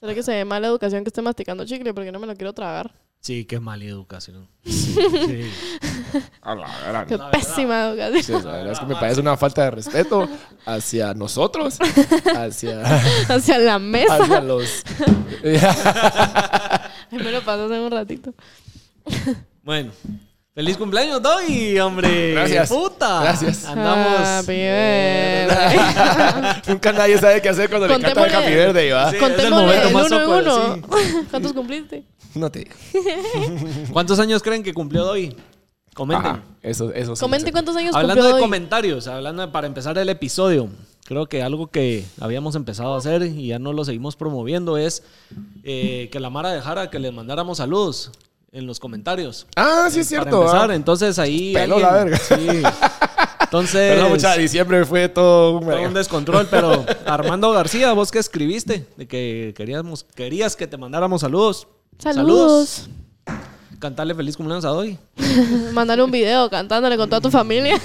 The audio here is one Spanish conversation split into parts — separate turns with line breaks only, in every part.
¿Será que se ve mala educación que esté masticando chicle? Porque no me lo quiero tragar.
Sí, que es mala educación. Sí.
A la gran.
Qué
La verdad.
pésima educación.
Sí, la verdad es
Ah,
que me parece una falta de respeto hacia nosotros, hacia,
Hacia la mesa.
hacia los...
Ahí me lo pasas en un ratito.
Bueno. Feliz cumpleaños, Doggy, hombre.
Gracias.
Puta.
Gracias. Ah.
Andamos.
Happy birthday.
Nunca nadie sabe qué hacer cuando le cantan
Contémosle-
Happy Verde, ¿va?
Sí. es el
Contémosle
momento
el
más
uno en
awkward,
uno. ¿Cuántos cumpliste?
No te...
¿Cuántos años creen que cumplió Doggy? Comenten.
Ajá, eso, eso sí no
Comente
sé.
cuántos años
Hablando
cumplió
de
hoy.
comentarios, hablando de- para empezar el episodio, creo que algo que habíamos empezado a hacer y ya no lo seguimos promoviendo es eh, que la Mara dejara que le mandáramos saludos en los comentarios.
Ah, sí es
Para
cierto.
empezar,
¿va?
entonces ahí.
Peló la verga.
Sí. Entonces.
Perdón, mucha, diciembre fue todo un...
todo un descontrol, pero Armando García, vos que escribiste de que queríamos, querías que te mandáramos saludos.
Saludos.
Cantarle feliz cumpleaños a Doggy.
Mándale un video cantándole con toda tu familia.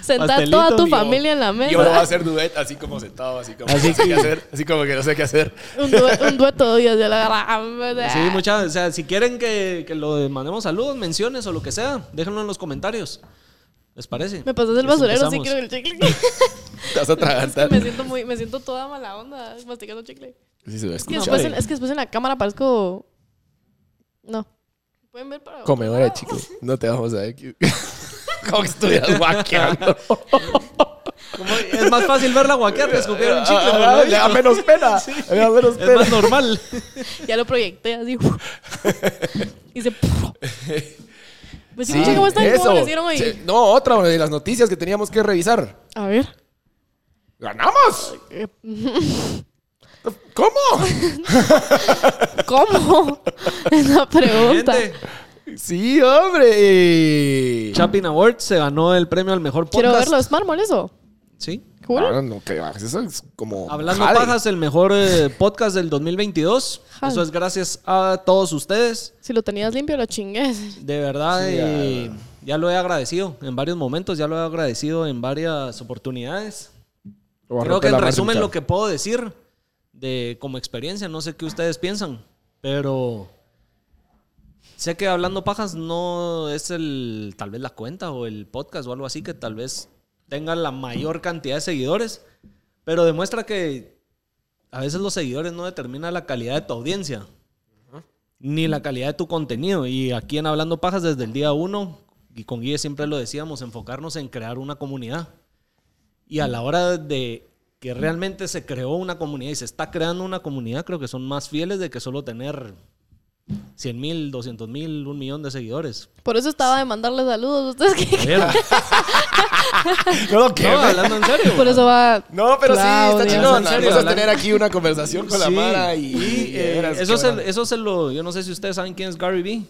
Sentar
Pastelito,
toda tu
amigo.
familia en la
Yo voy a
mesa.
hacer duet así como sentado, así como, no sé qué hacer, así como que no sé qué hacer.
Un, due- un dueto de de la gran.
Sí, muchas, o sea, si quieren que, que lo mandemos saludos, menciones o lo que sea, déjenlo en los comentarios. ¿Les parece?
Me pasas el
Eso
basurero, sí
empezamos.
quiero el chicle.
Te vas a atragantar.
me siento muy, me siento toda mala onda masticando chicle.
Sí, se ve.
Es que,
No,
después,
güey.
en, es que después en la cámara parezco. No. Pueden ver para.
Comedora de chicle. No te vamos a ver. como que estuvieras guaqueando.
Como- Es más fácil verla guaquear que escupir un chicle. por lo
Ah, Le da
visto.
menos pena. Le da menos
Es
pena.
más normal.
Ya lo proyecté así. y se. Pues sí,
Sí,
mucha, ¿cómo están?
eso.
¿Cómo lo hicieron hoy?
Sí, No, otra de las noticias que teníamos que revisar.
A ver.
¡Ganamos!
Eh,
¿Cómo?
¿Cómo? es la pregunta.
Gente,
Sí, hombre.
Chapin Awards se ganó el premio al mejor podcast.
Quiero ver los mármoles eso.
Sí.
Cool.
Ah, no, que bajes, Eso es como.
Hablando
jale.
Pajas, el mejor eh, podcast del 2022.
Jale.
Eso es gracias a todos ustedes.
Si lo tenías limpio, lo chingues.
De verdad,
Sí,
eh, ya lo he agradecido en varios momentos, ya lo he agradecido en varias oportunidades.
Lo voy a
Creo
romper
que en
la madre,
resumen
muchacho.
lo que puedo decir de como experiencia, no sé qué ustedes piensan, pero sé que hablando pajas no es el tal vez la cuenta o el podcast o algo así que tal vez tenga la mayor cantidad de seguidores, pero demuestra que a veces los seguidores no determinan la calidad de tu audiencia ni la calidad de tu contenido. Y aquí en Hablando Pajas, desde el día uno, y con Guille siempre lo decíamos, enfocarnos en crear una comunidad. Y a la hora de que realmente se creó una comunidad y se está creando una comunidad, creo que son más fieles de que solo tener 100 mil, 200 mil, un millón de seguidores.
Por eso estaba de mandarle saludos. ¿Ustedes qué?
A ver,
No, ¿qué?
no, hablando en serio.
Por eso va.
No, pero sí,
Claudia.
está
No,
chido.
en
la
serio,
cosa es
hablando-
tener aquí una conversación con la
Sí.
Mara y.
Y,
y
eh,
de veras,
eso,
qué
se,
buena-
eso se lo... Yo no sé si ustedes saben quién es Gary Vee.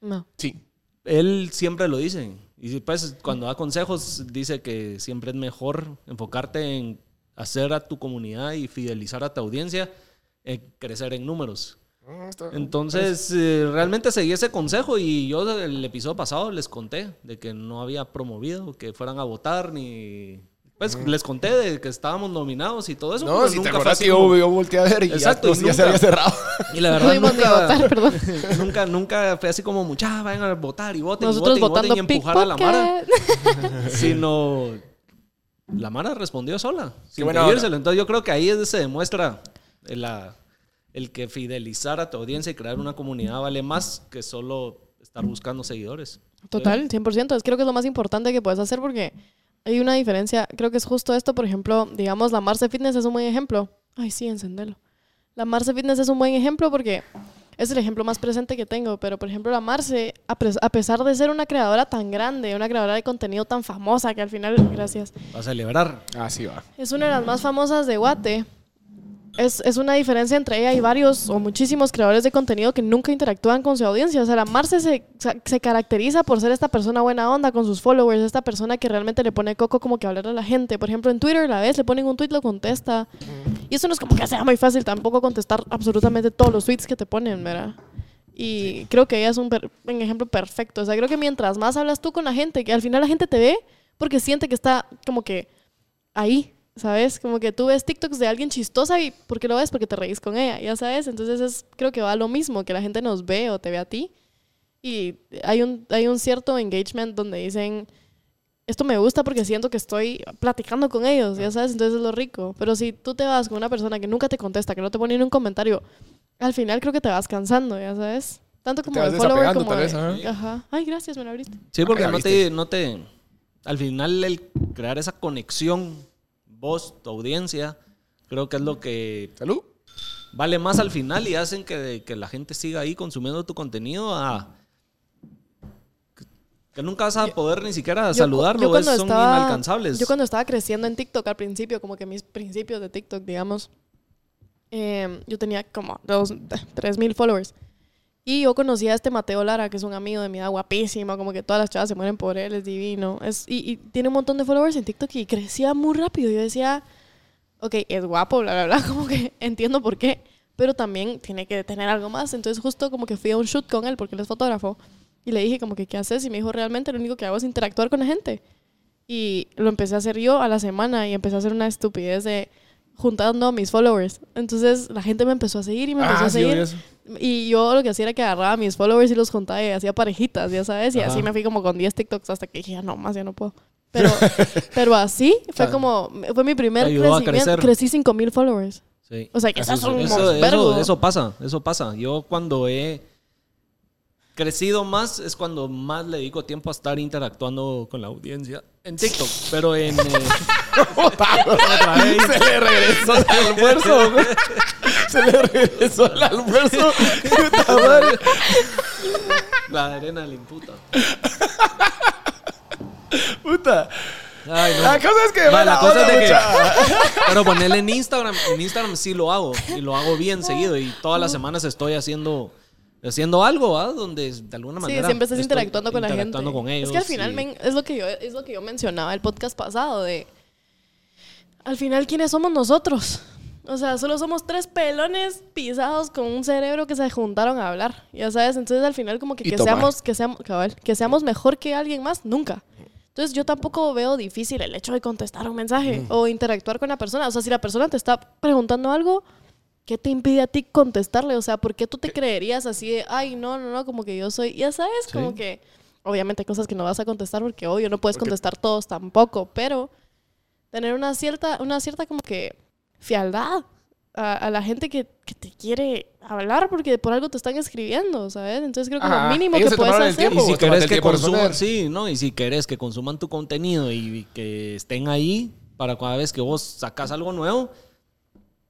No.
Sí.
Él siempre lo dice. Y pues cuando da consejos dice que siempre es mejor enfocarte en hacer a tu comunidad y fidelizar a tu audiencia, en crecer en números.
Mm, está-
Entonces, eh, realmente seguí ese consejo y yo el episodio pasado les conté de que no había promovido que fueran a votar ni... Pues les conté de que estábamos nominados y todo eso.
No,
pero
si te
nunca fue
acordás
así
que yo,
como-
yo volteé a ver y
Exacto,
ya, pues,
y
ya se
nunca-
había cerrado.
Y la
No
verdad
pudimos ni
nunca,
votar, perdón.
nunca, nunca fue así como, muchachos, vayan a votar y voten
Nosotros
y voten
votando
y voten", y empujar a la Mara.
pickpocket.
sino la Mara respondió sola, sin
buena
pedírselo. Entonces yo creo que ahí es- se demuestra el, la- el que fidelizar a tu audiencia y crear una comunidad vale más que solo estar buscando seguidores.
Total, 100%. Es creo que es lo más importante que puedes hacer porque hay una diferencia. Creo que es justo esto. Por ejemplo, digamos, la Marce Fitness es un buen ejemplo. Ay, sí, encendelo. La Marce Fitness es un buen ejemplo porque es el ejemplo más presente que tengo. Pero, por ejemplo, la Marce, a pres- a pesar de ser una creadora tan grande, una creadora de contenido tan famosa que al final, gracias,
A celebrar.
Ah, sí, va.
es una de las más famosas de Guate. Es, es una diferencia entre ella y varios o muchísimos creadores de contenido que nunca interactúan con su audiencia. O sea, la Marce se, se caracteriza por ser esta persona buena onda con sus followers, esta persona que realmente le pone coco como que hablar a la gente. Por ejemplo, en Twitter la vez le ponen un tweet, lo contesta. Y eso no es como que sea muy fácil tampoco contestar absolutamente todos los tweets que te ponen, ¿verdad? Y creo que ella es un, per- un ejemplo perfecto. O sea, creo que mientras más hablas tú con la gente, que al final la gente te ve porque siente que está como que ahí. ¿Sabes? Como que tú ves TikToks de alguien chistosa y ¿por qué lo ves? Porque te reís con ella, ya sabes. Entonces es, creo que va a lo mismo, que la gente nos ve o te ve a ti. Y hay un, hay un cierto engagement donde dicen, esto me gusta porque siento que estoy platicando con ellos,
Ah.
ya sabes, entonces es lo rico. Pero si tú te vas con una persona que nunca te contesta, que no te pone ni un comentario, al final creo que te vas cansando, ya sabes. Tanto como
Te vas
de follower
desapegando,
como
tal
de-
vez, ajá.
Ajá. Ay, gracias, me lo abriste.
Sí, porque
Ah,
no
viste.
te, no te. Al final, el crear esa conexión, vos, tu audiencia, creo que es lo que
Salud.
vale más al final y hacen que, que la gente siga ahí consumiendo tu contenido a. que- Que nunca vas a poder ni siquiera
Yo cu-
saludarlo,
yo
es-
cuando
son
estaba-
inalcanzables.
Yo cuando estaba creciendo en TikTok al principio, como que mis principios de TikTok, digamos, eh, yo tenía como dos, tres mil followers. Y yo conocí a este Mateo Lara, que es un amigo de mi edad guapísimo, como que todas las chavas se mueren por él, es divino. Es, y, y tiene un montón de followers en TikTok y crecía muy rápido. Yo decía, ok, es guapo, bla, bla, bla, como que entiendo por qué, pero también tiene que tener algo más. Entonces justo como que fui a un shoot con él porque él es fotógrafo y le dije como que, ¿qué haces? Y me dijo, realmente lo único que hago es interactuar con la gente. Y lo empecé a hacer yo a la semana y empecé a hacer una estupidez de juntando a mis followers. Entonces la gente me empezó a seguir y me empezó
Ah,
a
sí,
seguir.
oí eso.
Y yo lo que hacía era que agarraba a mis followers y los juntaba y hacía parejitas, ya sabes. Y
Ajá.
así me fui como con 10 TikToks hasta que dije, ya no más, ya no puedo. Pero, pero así fue
Claro.
como, fue mi primer
Te ayudó a
crecimiento.
crecer.
Crecí 5 mil followers.
Sí.
O sea, que
Eso
eso es un
es-
Eso, eso-
vergo.
eso pasa, eso pasa. Yo cuando he crecido más es cuando más le dedico tiempo a estar interactuando con la audiencia en TikTok, pero en... eh, otra vez.
Se le regresó el almuerzo, güey. Se le regresó el almuerzo. Puta madre.
La arena le imputa.
Puta.
Ay, no.
Ah,
La cosa es que
Va,
mala
la cosa
onda,
es de que-
mucha.
Pero ponerle en Instagram, en Instagram sí lo hago y lo hago bien seguido y todas las semanas estoy haciendo haciendo algo, ¿ah? Donde de alguna
Sí,
manera
siempre estás
estoy
interactuando con la
interactuando
gente.
con ellos.
es que al final
y-
men, es, lo que yo, es lo que yo mencionaba el podcast pasado de... Al final, ¿quiénes somos nosotros? O sea, solo somos tres pelones pisados con un cerebro que se juntaron a hablar. Ya sabes, entonces al final como que,
Y
que
tomar.
seamos, que seamos, cabal, que seamos mejor que alguien más, nunca. Entonces yo tampoco veo difícil el hecho de contestar un
Mm.
mensaje o interactuar con la persona. O sea, si la persona te está preguntando algo, ¿qué te impide a ti contestarle? O sea, ¿por qué tú te creerías así de, ay, no, no, no, como que yo soy, ya sabes, como que obviamente hay cosas que no vas a contestar porque obvio no puedes contestar todos tampoco, pero tener una cierta, una cierta como que fialdad a, a la gente que, que te quiere hablar porque por algo te están escribiendo, ¿sabes? Entonces creo que
Ajá,
lo mínimo que
ellos se
puedes
tomaron el
hacer...
Y
tiempo.
si
Vos te
querés
mantén
que
tiempo de
consuman,
responder.
sí, ¿no? Y si querés que consuman tu contenido y, y que estén ahí para cada vez que vos sacas algo nuevo,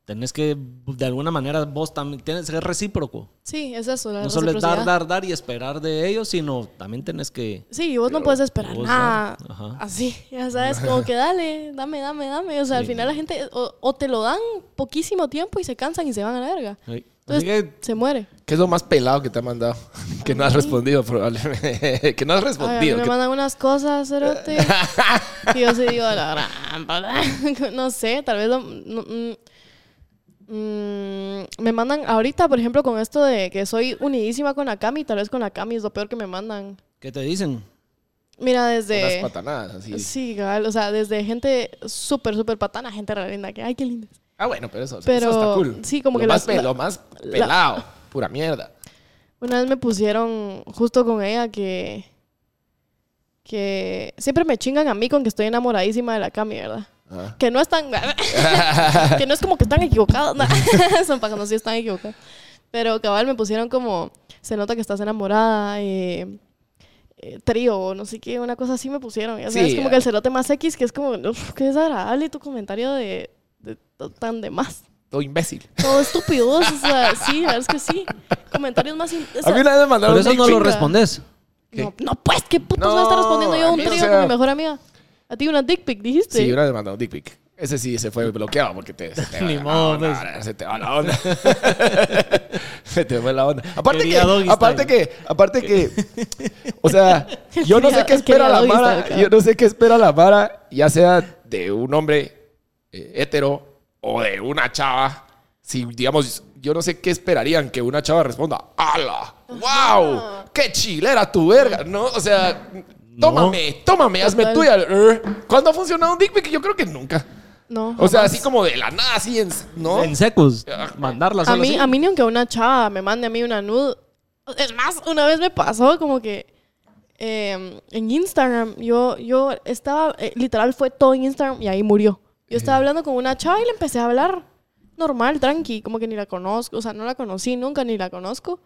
tenés que, de alguna manera, vos también tienes que ser recíproco.
Sí, es eso, la
No solo es dar,
reciprocidad.
dar, dar y esperar de ellos, sino también tenés que...
Sí, y vos no puedes esperar
vos
nada
dar, ajá.
así, ya sabes, como que dale, dame, dame, dame. O sea, al
Sí.
final la gente o, o te lo dan poquísimo tiempo y se cansan y se van a la verga.
Ay,
Entonces
así que,
se muere.
¿Qué es lo más pelado que te ha mandado? Que no has respondido, probablemente. Que no has
Ay, a mí
respondido.
me
que-
mandan unas cosas, cerote. y yo sí digo, la gran puta". No sé, tal vez... lo- no- mm, mm, me mandan ahorita, por ejemplo, con esto de que soy unidísima con Akami, tal vez con Akami es lo peor que me mandan.
¿Qué te dicen?
Mira,
Unas
desde...
patanadas, así.
Sí, cabal, o sea, desde gente súper, súper patana, gente re linda, que, ay, qué linda.
Ah, bueno, pero eso, eso
Pero,
está cool.
sí, como
lo
que
más,
las-
pe-
la-
lo más
la-
pelado. Pura mierda.
Una vez me pusieron justo con ella que. que siempre me chingan a mí con que estoy enamoradísima de la Cami, ¿verdad?
Ah.
Que no están. que no es como que están equivocados. ¿no? Son para que no sí están equivocados. Pero cabal, me pusieron como. Se nota que estás enamorada. eh, eh, trío, o no sé qué, una cosa así me pusieron. Ya
Sí,
sabes, como
ah.
que el cerote más X, que es como, uff, qué desagradable tu comentario de- de tan de más.
Todo imbécil.
Todo estúpidos, o sea, sí, la verdad es que sí. Comentarios más... in- o sea,
a mí una vez me
Por
mandaron
eso
un
no
dick
lo
pic.
chinga.
respondes.
¿Qué?
no, no, pues, ¿qué putos
No,
voy a estar respondiendo yo a un
amigo,
trío
o sea-
con mi mejor amiga? A ti una dick pic, dijiste.
Sí, una vez me mandaron un dick pic. Ese sí se fue bloqueado porque te. se te va
Ni
la
modo,
onda,
pues.
ahora Se te va la onda. se te fue la onda. Aparte
Quería doggy
que. Aparte que. Aparte que. O sea, yo no sé
Quería-
qué espera
quería
la
doggy
Mara.
style,
Yo no sé qué espera la Mara, ya sea de un hombre eh, hetero o de una chava. Si, digamos, yo no sé qué esperarían que una chava responda. ¡Hala! ¡Wow! ¡Qué chilera tu verga! No, o sea, tómame, tómame, hazme
Total.
tuya. Er, ¿Cuándo ha funcionado un dick pic? Yo creo que nunca.
No.
O sea,
jamás.
así como de la nada, así en. ¿No?
En secos.
Ah,
Mandarla
A
solo
mí,
así.
a mí ni aunque una chava me mande a mí una nude. Es más, una vez me pasó como que eh, en Instagram, yo, yo estaba, eh, literal fue todo en Instagram y ahí murió. Yo estaba hablando con una chava y le empecé a hablar normal, tranqui, como que ni la conozco, o sea, no la conocí nunca, ni la conozco.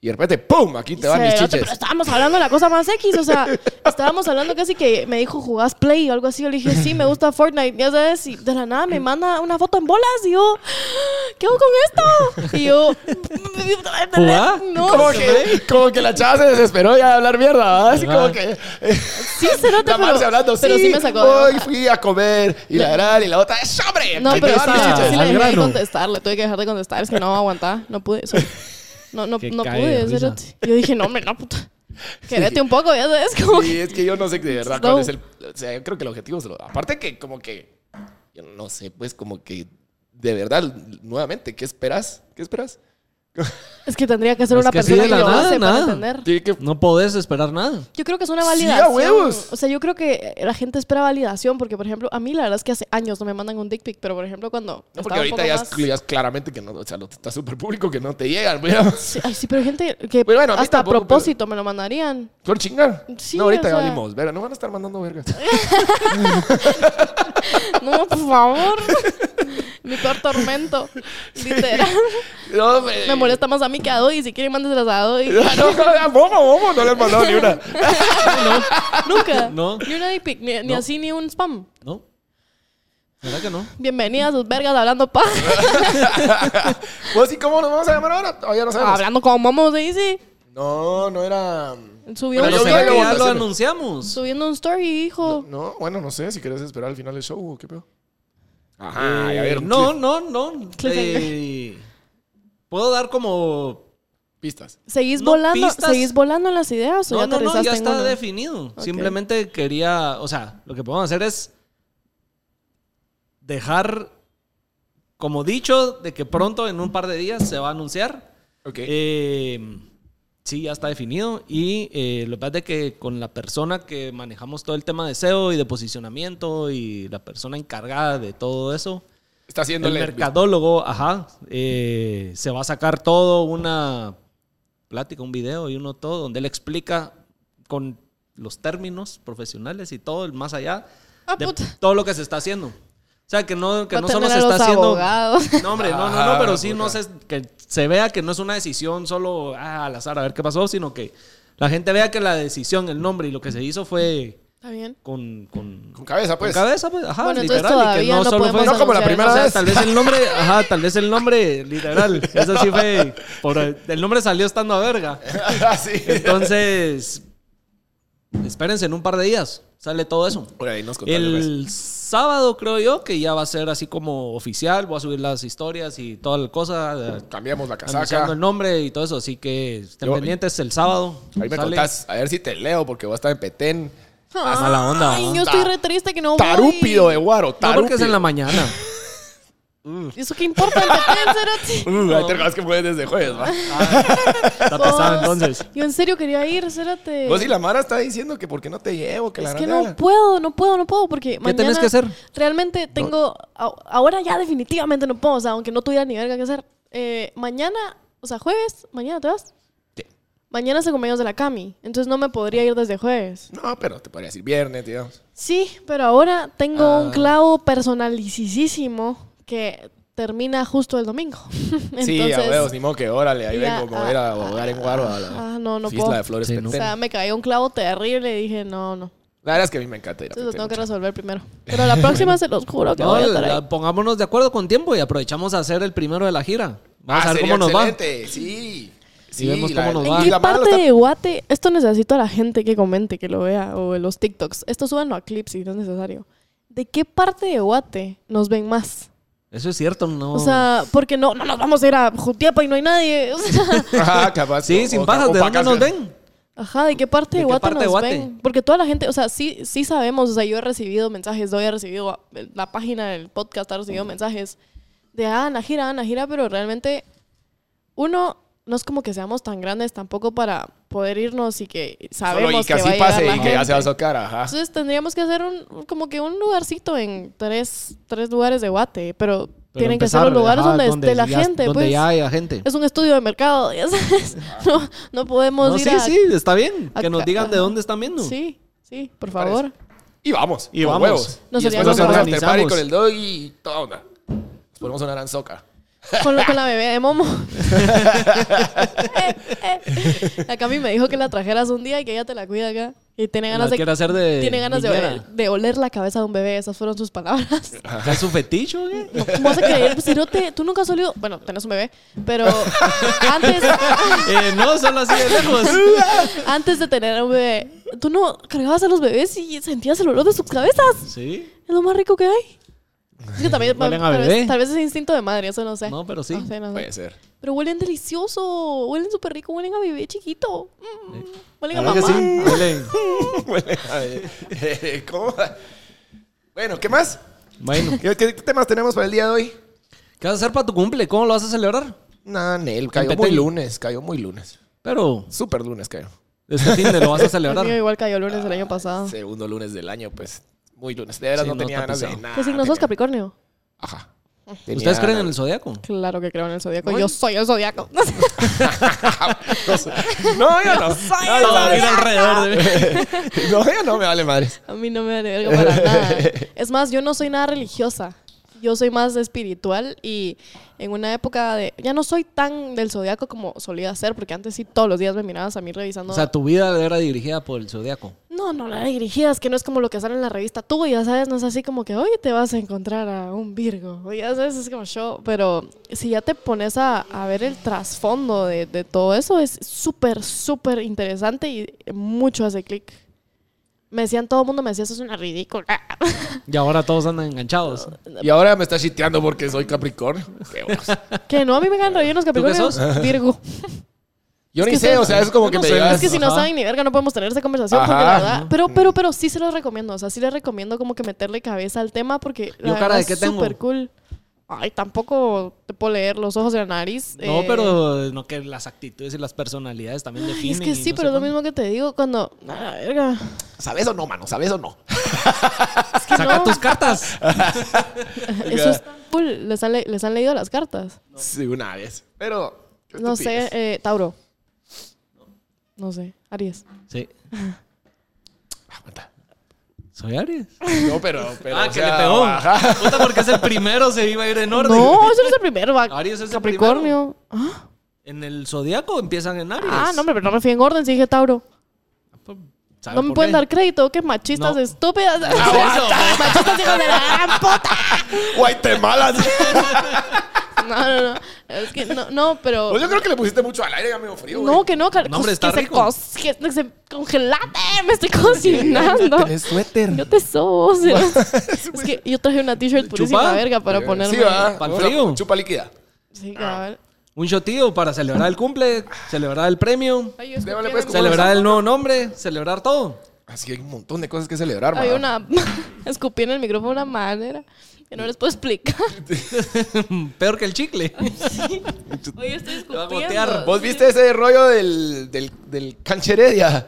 Y de repente, ¡pum! Aquí te van mis
Cerote,
chiches.
Pero estábamos hablando de la cosa más X, o sea, estábamos hablando casi que me dijo jugás Play o algo así. Yo le dije, sí, me gusta Fortnite, ya sabes, y de la nada me manda una foto en bolas y yo, ¿qué hago con esto? Y yo,
¿Jugá?
No,
Como que, como que la chava se desesperó ya de hablar mierda, ¿verdad? Así
¿Verdad?
como que.
sí, cerote,
la Marce
pero,
hablando, sí,
pero sí me sacó. de
Hoy
onda.
fui a comer y la gran y la otra, ¡es hombre!
No,
ahí te
pero sí,
van mis
estaba-
chiches".
sí
al
le dejé de
grano.
contestar, le tuve que dejar de contestar, es que no aguantaba, no pude. so- No, no,
Que
no
cae de
pude,
risa.
cerote. Yo dije, no, hombre, no, puta. Quédate un poco, ya sabes, como que-
Sí, es que yo no sé de verdad
No.
cuál es el. O sea, yo creo que el objetivo es lo. Aparte que, como que. Yo no sé, pues, como que. De verdad, nuevamente, ¿qué esperas? ¿Qué esperas?
Es que tendría que ser
Es
una
que sí,
persona
de
que
la
lo
nada,
hace
nada.
para entender.
Tiene que.
No podés esperar nada.
Yo creo que es una
Sí,
validación.
a huevos.
O sea, yo creo que la gente espera validación porque, por ejemplo, a mí la verdad es que hace años no me mandan un dick pic, pero por ejemplo cuando
No,
estaba
porque
un
ahorita
poco
ya,
más-
es- ya es claramente que no. O sea, lo, está súper público que no te llegan, pero.
Sí, ay, sí, pero hay gente que
Pero bueno, a mí
hasta
tampoco,
a propósito me lo mandarían.
Por chingar.
Sí,
no, ahorita
o
ya
sea-
valimos, verga. No van a estar mandando vergas.
No, por favor. Mi peor tormento. Literal.
No, me,
Me molesta más a mí que a Dodi. Si quieren, mándeselas a Dodi.
No, no, no, bobo, bobo, no le han mandado ni una.
Nunca.
No.
Ni una dick pic, ni, ni
No.
así, ni un spam.
¿No? ¿Verdad que no?
Bienvenidas sus vergas hablando pa.
Pues, ¿y cómo nos vamos a llamar ahora? Todavía no sabemos.
hablando como momo se dice.
No, no era.
Subió
Pero
un
yo vi
será
la
que
story.
ya lo
votación.
anunciamos.
Subiendo un story, hijo.
No, bueno, no sé si querés esperar al final del show o qué pedo.
Eh,
Ajá, y a ver.
no,
cli-
no, no.
Cliffhanger.
Eh, Puedo dar como.
Pistas.
¿Seguís
No,
volando?
pistas.
¿Seguís volando en las ideas o
No,
ya
no, no,
aterrizaste
ya
en
está
una?
definido. Simplemente quería. O sea, lo que podemos hacer es. Dejar. Como dicho, de que pronto, en un par de días, se va a anunciar.
Ok.
Eh, sí, ya está definido. Y eh, lo que pasa es que con la persona que manejamos todo el tema de SEO y de posicionamiento y la persona encargada de todo eso,
Está haciendo
el mercadólogo, ajá, eh, se va a sacar todo una plática, un video y uno todo, donde él explica con los términos profesionales y todo el más allá
Ah,
de
puta.
todo lo que se está haciendo. O sea, que no, que
Va a
no
tener
solo
a
se está
los
haciendo...
abogados.
No, hombre, no, no, no,
Ah,
pero sí no
puta.
se, que se vea que no es una decisión solo ah, al azar a ver qué pasó, sino que la gente vea que la decisión, el nombre y lo que se hizo fue
Está bien.
con, con,
Con cabeza, pues.
con cabeza, pues, ajá,
Bueno, entonces
literal, y que
todavía
no,
no,
solo fue
podemos
No como la
anunciar
primera
o sea,
vez.
tal vez el nombre, ajá, tal vez el nombre, literal, eso sí fue por el nombre salió estando a verga.
Así.
Entonces, espérense en un par de días, sale todo eso.
Por ahí nos contaron. pues.
El sábado creo yo que ya va a ser así como oficial, voy a subir las historias y toda la
pues.
cosa, eh,
Cambiamos la
anunciando
casaca.
el nombre y todo eso, así que estén
Yo-
pendientes el sábado.
Ahí me
sale.
contás. A ver si te leo, porque voy a estar en Petén.
Ay,
mala onda, ¿va?
yo estoy re triste que no voy.
Tarúpido de Guaro.
No,
Tarúpido.
porque es en la mañana.
¿Eso qué importa? El Petén, Cerati.
Uh, ahí te acordás que fue desde jueves, ¿va?
Está pesado entonces.
Yo en serio quería ir, Cerati.
Vos y la Mara está diciendo que por qué no te llevo, que la
Es que
grandela.
no puedo, no puedo, no puedo, porque mañana...
tenés que hacer?
Realmente tengo... a- Ahora ya definitivamente no puedo, o sea, aunque no tuviera ni verga que hacer. Eh, mañana, o sea, jueves, ¿mañana te vas?
Sí.
Mañana se compañeros de la Cami, entonces no me podría ir desde jueves.
No, pero te podría decir viernes, tío.
Sí, pero ahora tengo
Ah.
un clavo personalicísimo que termina justo el domingo. entonces,
sí, a huevos, ni modo que órale, ahí
ya,
vengo a mover a
ah,
abogar en Guaro a la
ah, no, no
isla
puedo.
de Flores
Sí,
Petén.
no.
o sea, me cayó un clavo terrible y dije, no, no.
La verdad es que a mí me encanta ir a
Entonces lo
Petén,
tengo que
mucho.
resolver primero. Pero la próxima se los juro que
No,
voy a estar ahí.
la- pongámonos de acuerdo con tiempo y aprovechamos a hacer el primero de la gira. Vamos
Ah,
a ver
sería
cómo nos va.
excelente, Sí. Sí,
vemos cómo nos
¿En
va.
qué
la Mara lo
parte
está-
de Guate? Esto necesito a la gente que comente, que lo vea, o en los TikToks. Esto súbanlo a clips si no es necesario. ¿De qué parte de Guate nos ven más?
Eso es cierto, no.
O sea, porque no, no nos vamos a ir a Jutiapa y no hay nadie. O sea,
Ajá, capaz.
sí,
o-
sin
o-
pajas,
o
¿de dónde
pacas,
nos
pero-
ven?
ajá, ¿de qué parte
¿De
de
qué
Guate
parte de
nos
Guate?
ven? Porque toda la gente, o sea, sí, sí sabemos. O sea, yo he recibido mensajes, hoy he recibido a- la página del podcast, ha recibido mensajes de, ah, Ana Gira, Ana Gira, pero realmente uno no es como que seamos tan grandes tampoco para poder irnos y que sabemos
Solo y que,
va a
así
llegar
pase
la
y que ya se va a
gente.
sacar, ajá.
Entonces tendríamos que hacer un, como que un lugarcito en tres, tres lugares de Guate, pero,
Pero
tienen que ser
empezar,
los lugares
ajá,
donde, esté la
ya-
gente,
donde
pues.
ya haya gente.
Es un estudio de mercado, ya sabes. No, no podemos
No,
ir
sí,
a...
sí, está bien.
a
Que nos
ca-
digan de
ajá.
dónde están viendo.
Sí, sí, por
parece.
favor.
Y vamos.
Y
con
vamos.
Huevos.
Nos
y
seríamos
después nos hacemos
organizamos.
after party con el dog y toda onda. Nos ponemos una aranzoca.
Con, lo- con la bebé de Momo. Eh, eh. La Cami me dijo que la trajeras un día y que ella te la cuida acá. Y tiene
La
ganas de,
quiere hacer de
tiene ganas de,
niñera.
oler, de oler la cabeza de un bebé. Esas fueron sus palabras.
¿Es su feticho, güey?
No, ¿Cómo vas a creer? pues, Si no te, tú nunca has olido... Bueno, tenés un bebé, pero antes...
Eh, no, solo así de lejos.
Antes de tener un bebé, tú no cargabas a los bebés y sentías el olor de sus cabezas.
Sí.
Es lo más rico que hay. Es que también,
Huelen a
tal,
bebé.
vez, tal vez es instinto de madre, eso no sé.
No, pero sí. Pues,
No sé, no sé.
Puede ser.
Pero huelen delicioso, huelen súper rico, huelen a bebé chiquito. Mm, huelen a
Claro que
mamá.
sí. Huelen.
Huele a- eh, ¿Cómo? Bueno, ¿qué más?
Bueno,
¿Qué, qué temas tenemos para el día de hoy?
¿qué vas a hacer para tu cumple? ¿Cómo lo vas a celebrar?
Nah, Nel, cayó muy
Petén.
lunes, cayó muy lunes.
Pero
Súper lunes cayó.
este fin de lo vas a celebrar.
El mío igual cayó el lunes del año pasado.
Segundo lunes del año, pues muy lunes. De veras
Sí,
no
no
tenía
está
ganas de
pisado.
nada.
¿Qué signo Pues sos,
tenía-
Capricornio?
Ajá.
¿Ustedes
Tenía
creen en el
ganas-
zodiaco?
Claro que creo en el zodiaco.
Bueno.
Yo soy el zodiaco.
No, yo no. No, no,
Todo
vale.
gira Ah, alrededor de mí.
No, yo no me vale madres.
a mí no me vale verga para nada. Es más, yo no soy nada religiosa. Yo soy más espiritual y en una época de. Ya no soy tan del zodiaco como solía ser, porque antes sí todos los días me mirabas a mí revisando.
O sea, tu vida era dirigida por el zodiaco.
No, no, la dirigida es que no es como lo que sale en la revista tú, ya sabes, no es así como que hoy te vas a encontrar a un Virgo, o ya sabes, es como yo, pero si ya te pones a, a ver el trasfondo de, de todo eso, es súper, súper interesante y mucho hace clic. Me decían, todo el mundo me decía, eso es una ridícula.
Y ahora todos andan enganchados.
Y ahora me está chiteando porque soy Capricornio. Qué huevos.
que no, a mí me ganan rellenos Capricornio.
sos?
Virgo.
Yo
que
ni sé,
ustedes-
o sea, es como
Yo
que
no
me
sé,
llevas.
Es que si no
Ajá.
saben ni verga, no podemos tener esa conversación, porque
Ajá.
la verdad. Pero, pero, pero sí se los recomiendo. O sea, sí les recomiendo como que meterle cabeza al tema porque la
¿Yo cara
verdad
de
es
qué tengo?
súper cool. Ay, tampoco te puedo leer los ojos y la nariz.
No,
eh,
pero no que las actitudes y las personalidades también
ay,
definen.
es que
y
sí,
no
pero
sé
es lo
cuánto.
mismo que te digo cuando. A la verga.
¿Sabes o no, mano? ¿Sabes o no?
Es que
Saca
no,
tus cartas.
Eso es tan cool. Les han, le- les han leído las cartas.
Sí, una vez. Pero. qué
No sé,
estupidez.
eh, Tauro. No sé, Aries.
Sí.
eh.
Aguanta.
Soy Aries.
No, pero. pero
ah,
o
que
sea,
le pegó.
ajá.
Puta, porque es el primero, se iba a ir en orden.
No, eso no es el primero. va.
Aries es el
Capricornio. Ah,
En el zodiaco empiezan en Aries.
ah, no, hombre, pero no me fui en orden, sí dije Tauro.
¿Sabe
No me
por
pueden
qué?
dar crédito, que machistas
No.
estúpidas.
Aguanta.
machistas hijos de la gran puta.
Guatemala.
No, no, no. Es que no, no, pero.
Pues yo creo que le pusiste mucho al aire, amigo frío.
No, que no, car-
No, hombre, está
que, se
rico.
cos- que se congelate, me estoy cocinando.
suéter.
Yo te sobo. o sea. es que yo traje una t-shirt purísima
Chupa.
verga para ponerme.
Sí, va.
Pa'l
O sea,
frío.
Chupa líquida.
Sí, cabal.
Un shotío para celebrar el cumple, celebrar el premio,
Ay, yo
Démosle,
escupí
pues,
en el-
¿cómo
celebrar el nuevo nombre, celebrar todo.
Así que hay un montón de cosas que celebrar,
Hay
mano.
una. escupí en el micrófono de una manera que no les puedo explicar.
Peor que el chicle.
Oye, estoy
Te va a
escupiendo.
gotear.
¿Vos viste ese rollo del, del, del cancheredia?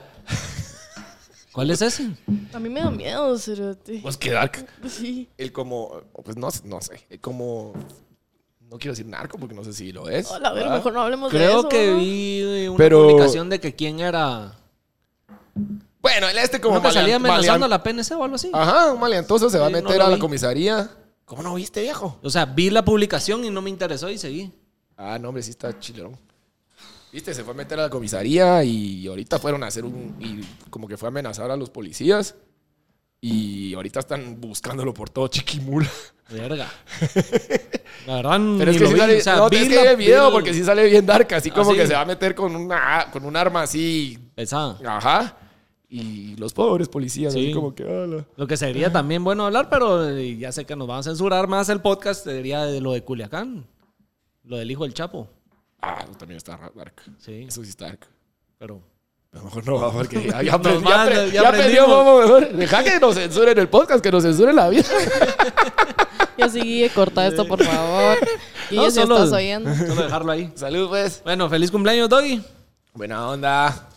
¿Cuál es ese?
A mí me da miedo, cerote.
Pues qué dark.
Sí.
El como, pues no, no sé, el como, no quiero decir narco porque no sé si lo es.
Hola, a ver,
¿verdad?
mejor no hablemos de eso.
Creo que
¿no?
vi una
Pero-
publicación de que quién era.
Bueno, el este como
Como que salía
malean-
amenazando a
malean-
la PNC o algo así.
Ajá, un maleantoso se va a
Sí, no
meter
lo
a la
vi.
comisaría. ¿Cómo no viste, viejo?
O sea, vi la publicación y no me interesó y seguí.
Ah, no, hombre, sí está chilón. Viste, se fue a meter a la comisaría y ahorita fueron a hacer un, y como que fue a amenazar a los policías. Y ahorita están buscándolo por todo Chiquimula.
Verga. La verdad,
Pero
ni
es que
lo
sí
vi.
sale,
O sea,
no,
vi
es que
la-
hay el
vi
video
el-
porque sí sale bien dark, así como
sí.
que se va a meter con una con un arma así
Pesada.
Ajá. Y los pobres policías,
Sí.
así como que. "Ala".
Lo que sería también bueno hablar, pero eh, ya sé que nos van a censurar más el podcast, eh, sería de lo de Culiacán, lo del hijo del Chapo.
Ah, también está dark.
Sí,
Eso sí está dark.
pero
Mejor no, va, porque ya, ya,
No,
aprendí- ya
man,
apre-
ya
ya aprendió,
aprendimos.
vamos, mejor. Deja que nos censuren el podcast, que nos censuren la vida.
Y así, Guille, eh, corta esto, por favor. Guille,
No,
si estás oyendo.
solo dejarlo ahí.
Salud, pues.
Bueno, feliz cumpleaños, Doggy.
Buena onda.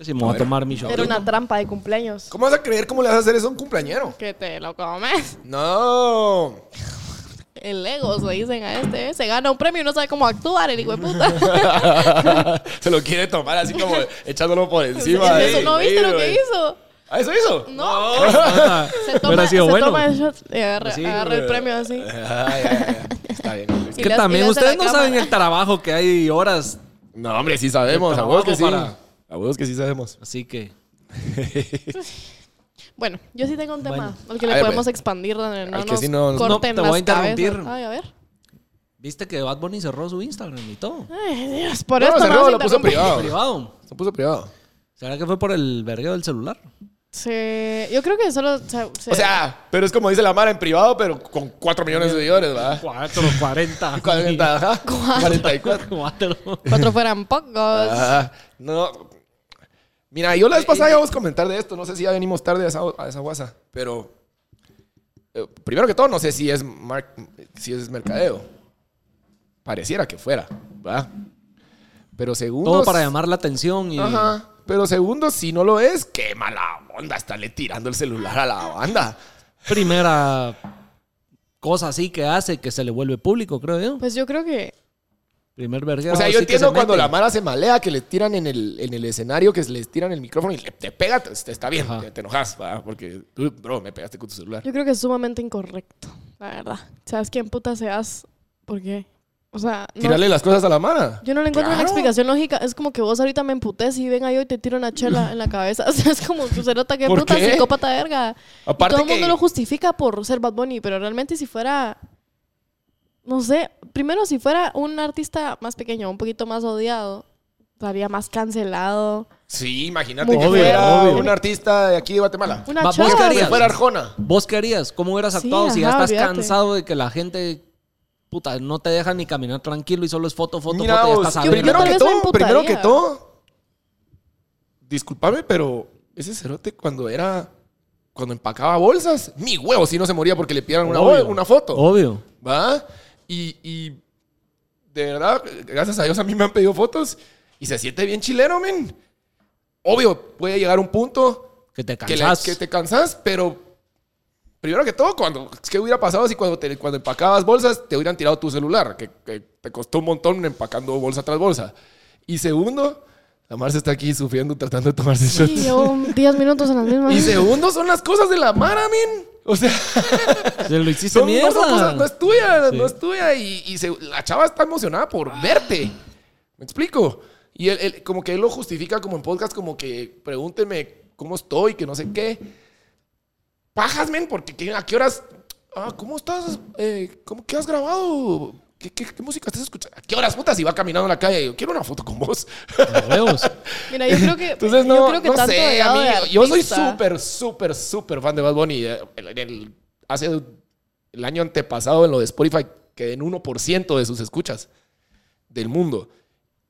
Sí, me voy a tomar mi shot.
Era una trampa de cumpleaños.
¿Cómo vas a creer cómo le vas a hacer eso a un cumpleañero?
Que te lo comes.
No.
El ego, se dicen a este. ¿eh? Se gana un premio y no sabe cómo actuar, el hijo de puta.
Se lo quiere tomar así como echándolo por encima.
Eso no
ahí,
viste lo que
güey.
hizo.
¿Ah, eso hizo?
No.
Ah,
Se toma,
hubiera sido
se
bueno.
toma el shot y agarra,
Sí.
agarra el premio así.
Ay, ay, ay. Está bien.
Y
que
le- y
también
le hace
ustedes
la
no
cámara.
saben el trabajo que hay horas.
No, hombre, sí sabemos.
El
A vos que sí.
trabajo
A vos que sí sabemos.
Así que.
Bueno, yo sí tengo un tema al que
A
le
ver,
podemos
pues.
expandir. No, no
que
nos
sí no- no-
corten
te voy a
las
interrumpir.
cabezas. Ay, a ver.
Viste que Bad Bunny cerró su Instagram y todo.
Ay, Dios, por
No,
esto me
cerró,
vas a
lo puso
interrumpir.
privado.
Privado.
Lo puso privado.
¿Será que fue por el vergueo del celular?
Sí, yo creo que solo... se- se-
O sea, pero es como dice la Mara en privado, pero con 4 millones de seguidores, ¿verdad?
4, 40.
40, ajá. 44.
4.
cuatro fueran pocos.
Ah, no. Mira, yo la
Eh,
vez pasada íbamos a comentar de esto. No sé si ya venimos tarde a esa, a esa guasa. Pero. eh, primero que todo, no sé si es, mar- si es mercadeo. Pareciera que fuera, ¿verdad? Pero segundo.
Todo para llamar la atención y.
Ajá. Pero segundo, si no lo es, qué mala onda. Estarle tirando el celular a la banda.
Primera cosa así que hace que se le vuelve público, creo yo.
Pues yo creo que...
Primer vergueo.
O sea, yo
así que se
entiendo cuando
mete.
la Mara se malea que le tiran en el, en el escenario, que les tiran el micrófono y le, te pega, te- está bien,
Ajá.
te, te enojas, ¿verdad? porque, "Uy, bro, me pegaste con tu celular.
Yo creo que es sumamente incorrecto, la verdad. ¿Sabes quién puta seas? ¿Por qué? O sea, no-
Tirarle las cosas a la Mara.
yo no le encuentro una
Claro.
explicación lógica. Es como que vos ahorita me emputes y venga yo y te tiro una chela en la cabeza. O sea, es como que se nota que
¿Por
puta
qué?
psicópata verga. Y
Aparte
todo el mundo
que-
lo justifica por ser Bad Bunny, pero realmente si fuera... No sé, primero si fuera un artista más pequeño, un poquito más odiado, estaría más cancelado.
Sí, imagínate
Muy
que
obvio,
fuera
obvio.
un artista de aquí de Guatemala.
Una
Va,
chava,
vos
Que
querías.
fuera Arjona.
¿Vos qué harías? ¿Cómo hubieras
Sí,
actuado si ya
ajá,
estás
olvídate.
cansado de que la gente, puta, no te deja ni caminar tranquilo y solo es foto, foto,
Mira,
foto y ya
vos,
estás
Yo-
adentro?
primero
tal
que
vez me
todo, primero que
emputaría.
todo, discúlpame, pero ese cerote cuando era, cuando empacaba bolsas, mi huevo si no se moría porque le pidieran una,
Obvio.
una foto.
Obvio.
¿va? Y, y de verdad, gracias a Dios a mí me han pedido fotos y se siente bien chileno, men. Obvio, puede llegar un punto
Que te
que, le-
cansas.
que te cansas, pero primero que todo, cuando, ¿qué hubiera pasado si cuando, te- cuando empacabas bolsas te hubieran tirado tu celular? Que, que te costó un montón empacando bolsa tras bolsa. Y segundo, la Marce está aquí sufriendo tratando de tomarse shots.
Sí, llevo 10 minutos en las mismas.
Y segundo, son las cosas de la Mara, men. O sea...
Se lo hiciste
Son-
mierda.
No, son cosas- no es tuya,
Sí.
no es tuya. Y, y se- la chava está emocionada por verte. ¿Me explico? Y él, él- como que él lo justifica como en podcast, como que pregúntenme cómo estoy, que no sé qué. Pajas, men, porque ¿qué- a qué horas... Ah, ¿cómo estás? Eh, ¿cómo, ¿Qué has grabado? ¿Qué, qué, qué música estás escuchando? ¿A qué horas, puta? Si va caminando en la calle, yo quiero una foto con vos.
Los huevos.
Mira, yo creo que.
Entonces, no,
yo creo que
no
tanto
sé,
odiado de
amigo. Yo soy
artista-
súper, súper, súper fan de Bad Bunny. Eh, el- el- el- hace el año antepasado en lo de Spotify quedé en 1% de sus escuchas del mundo.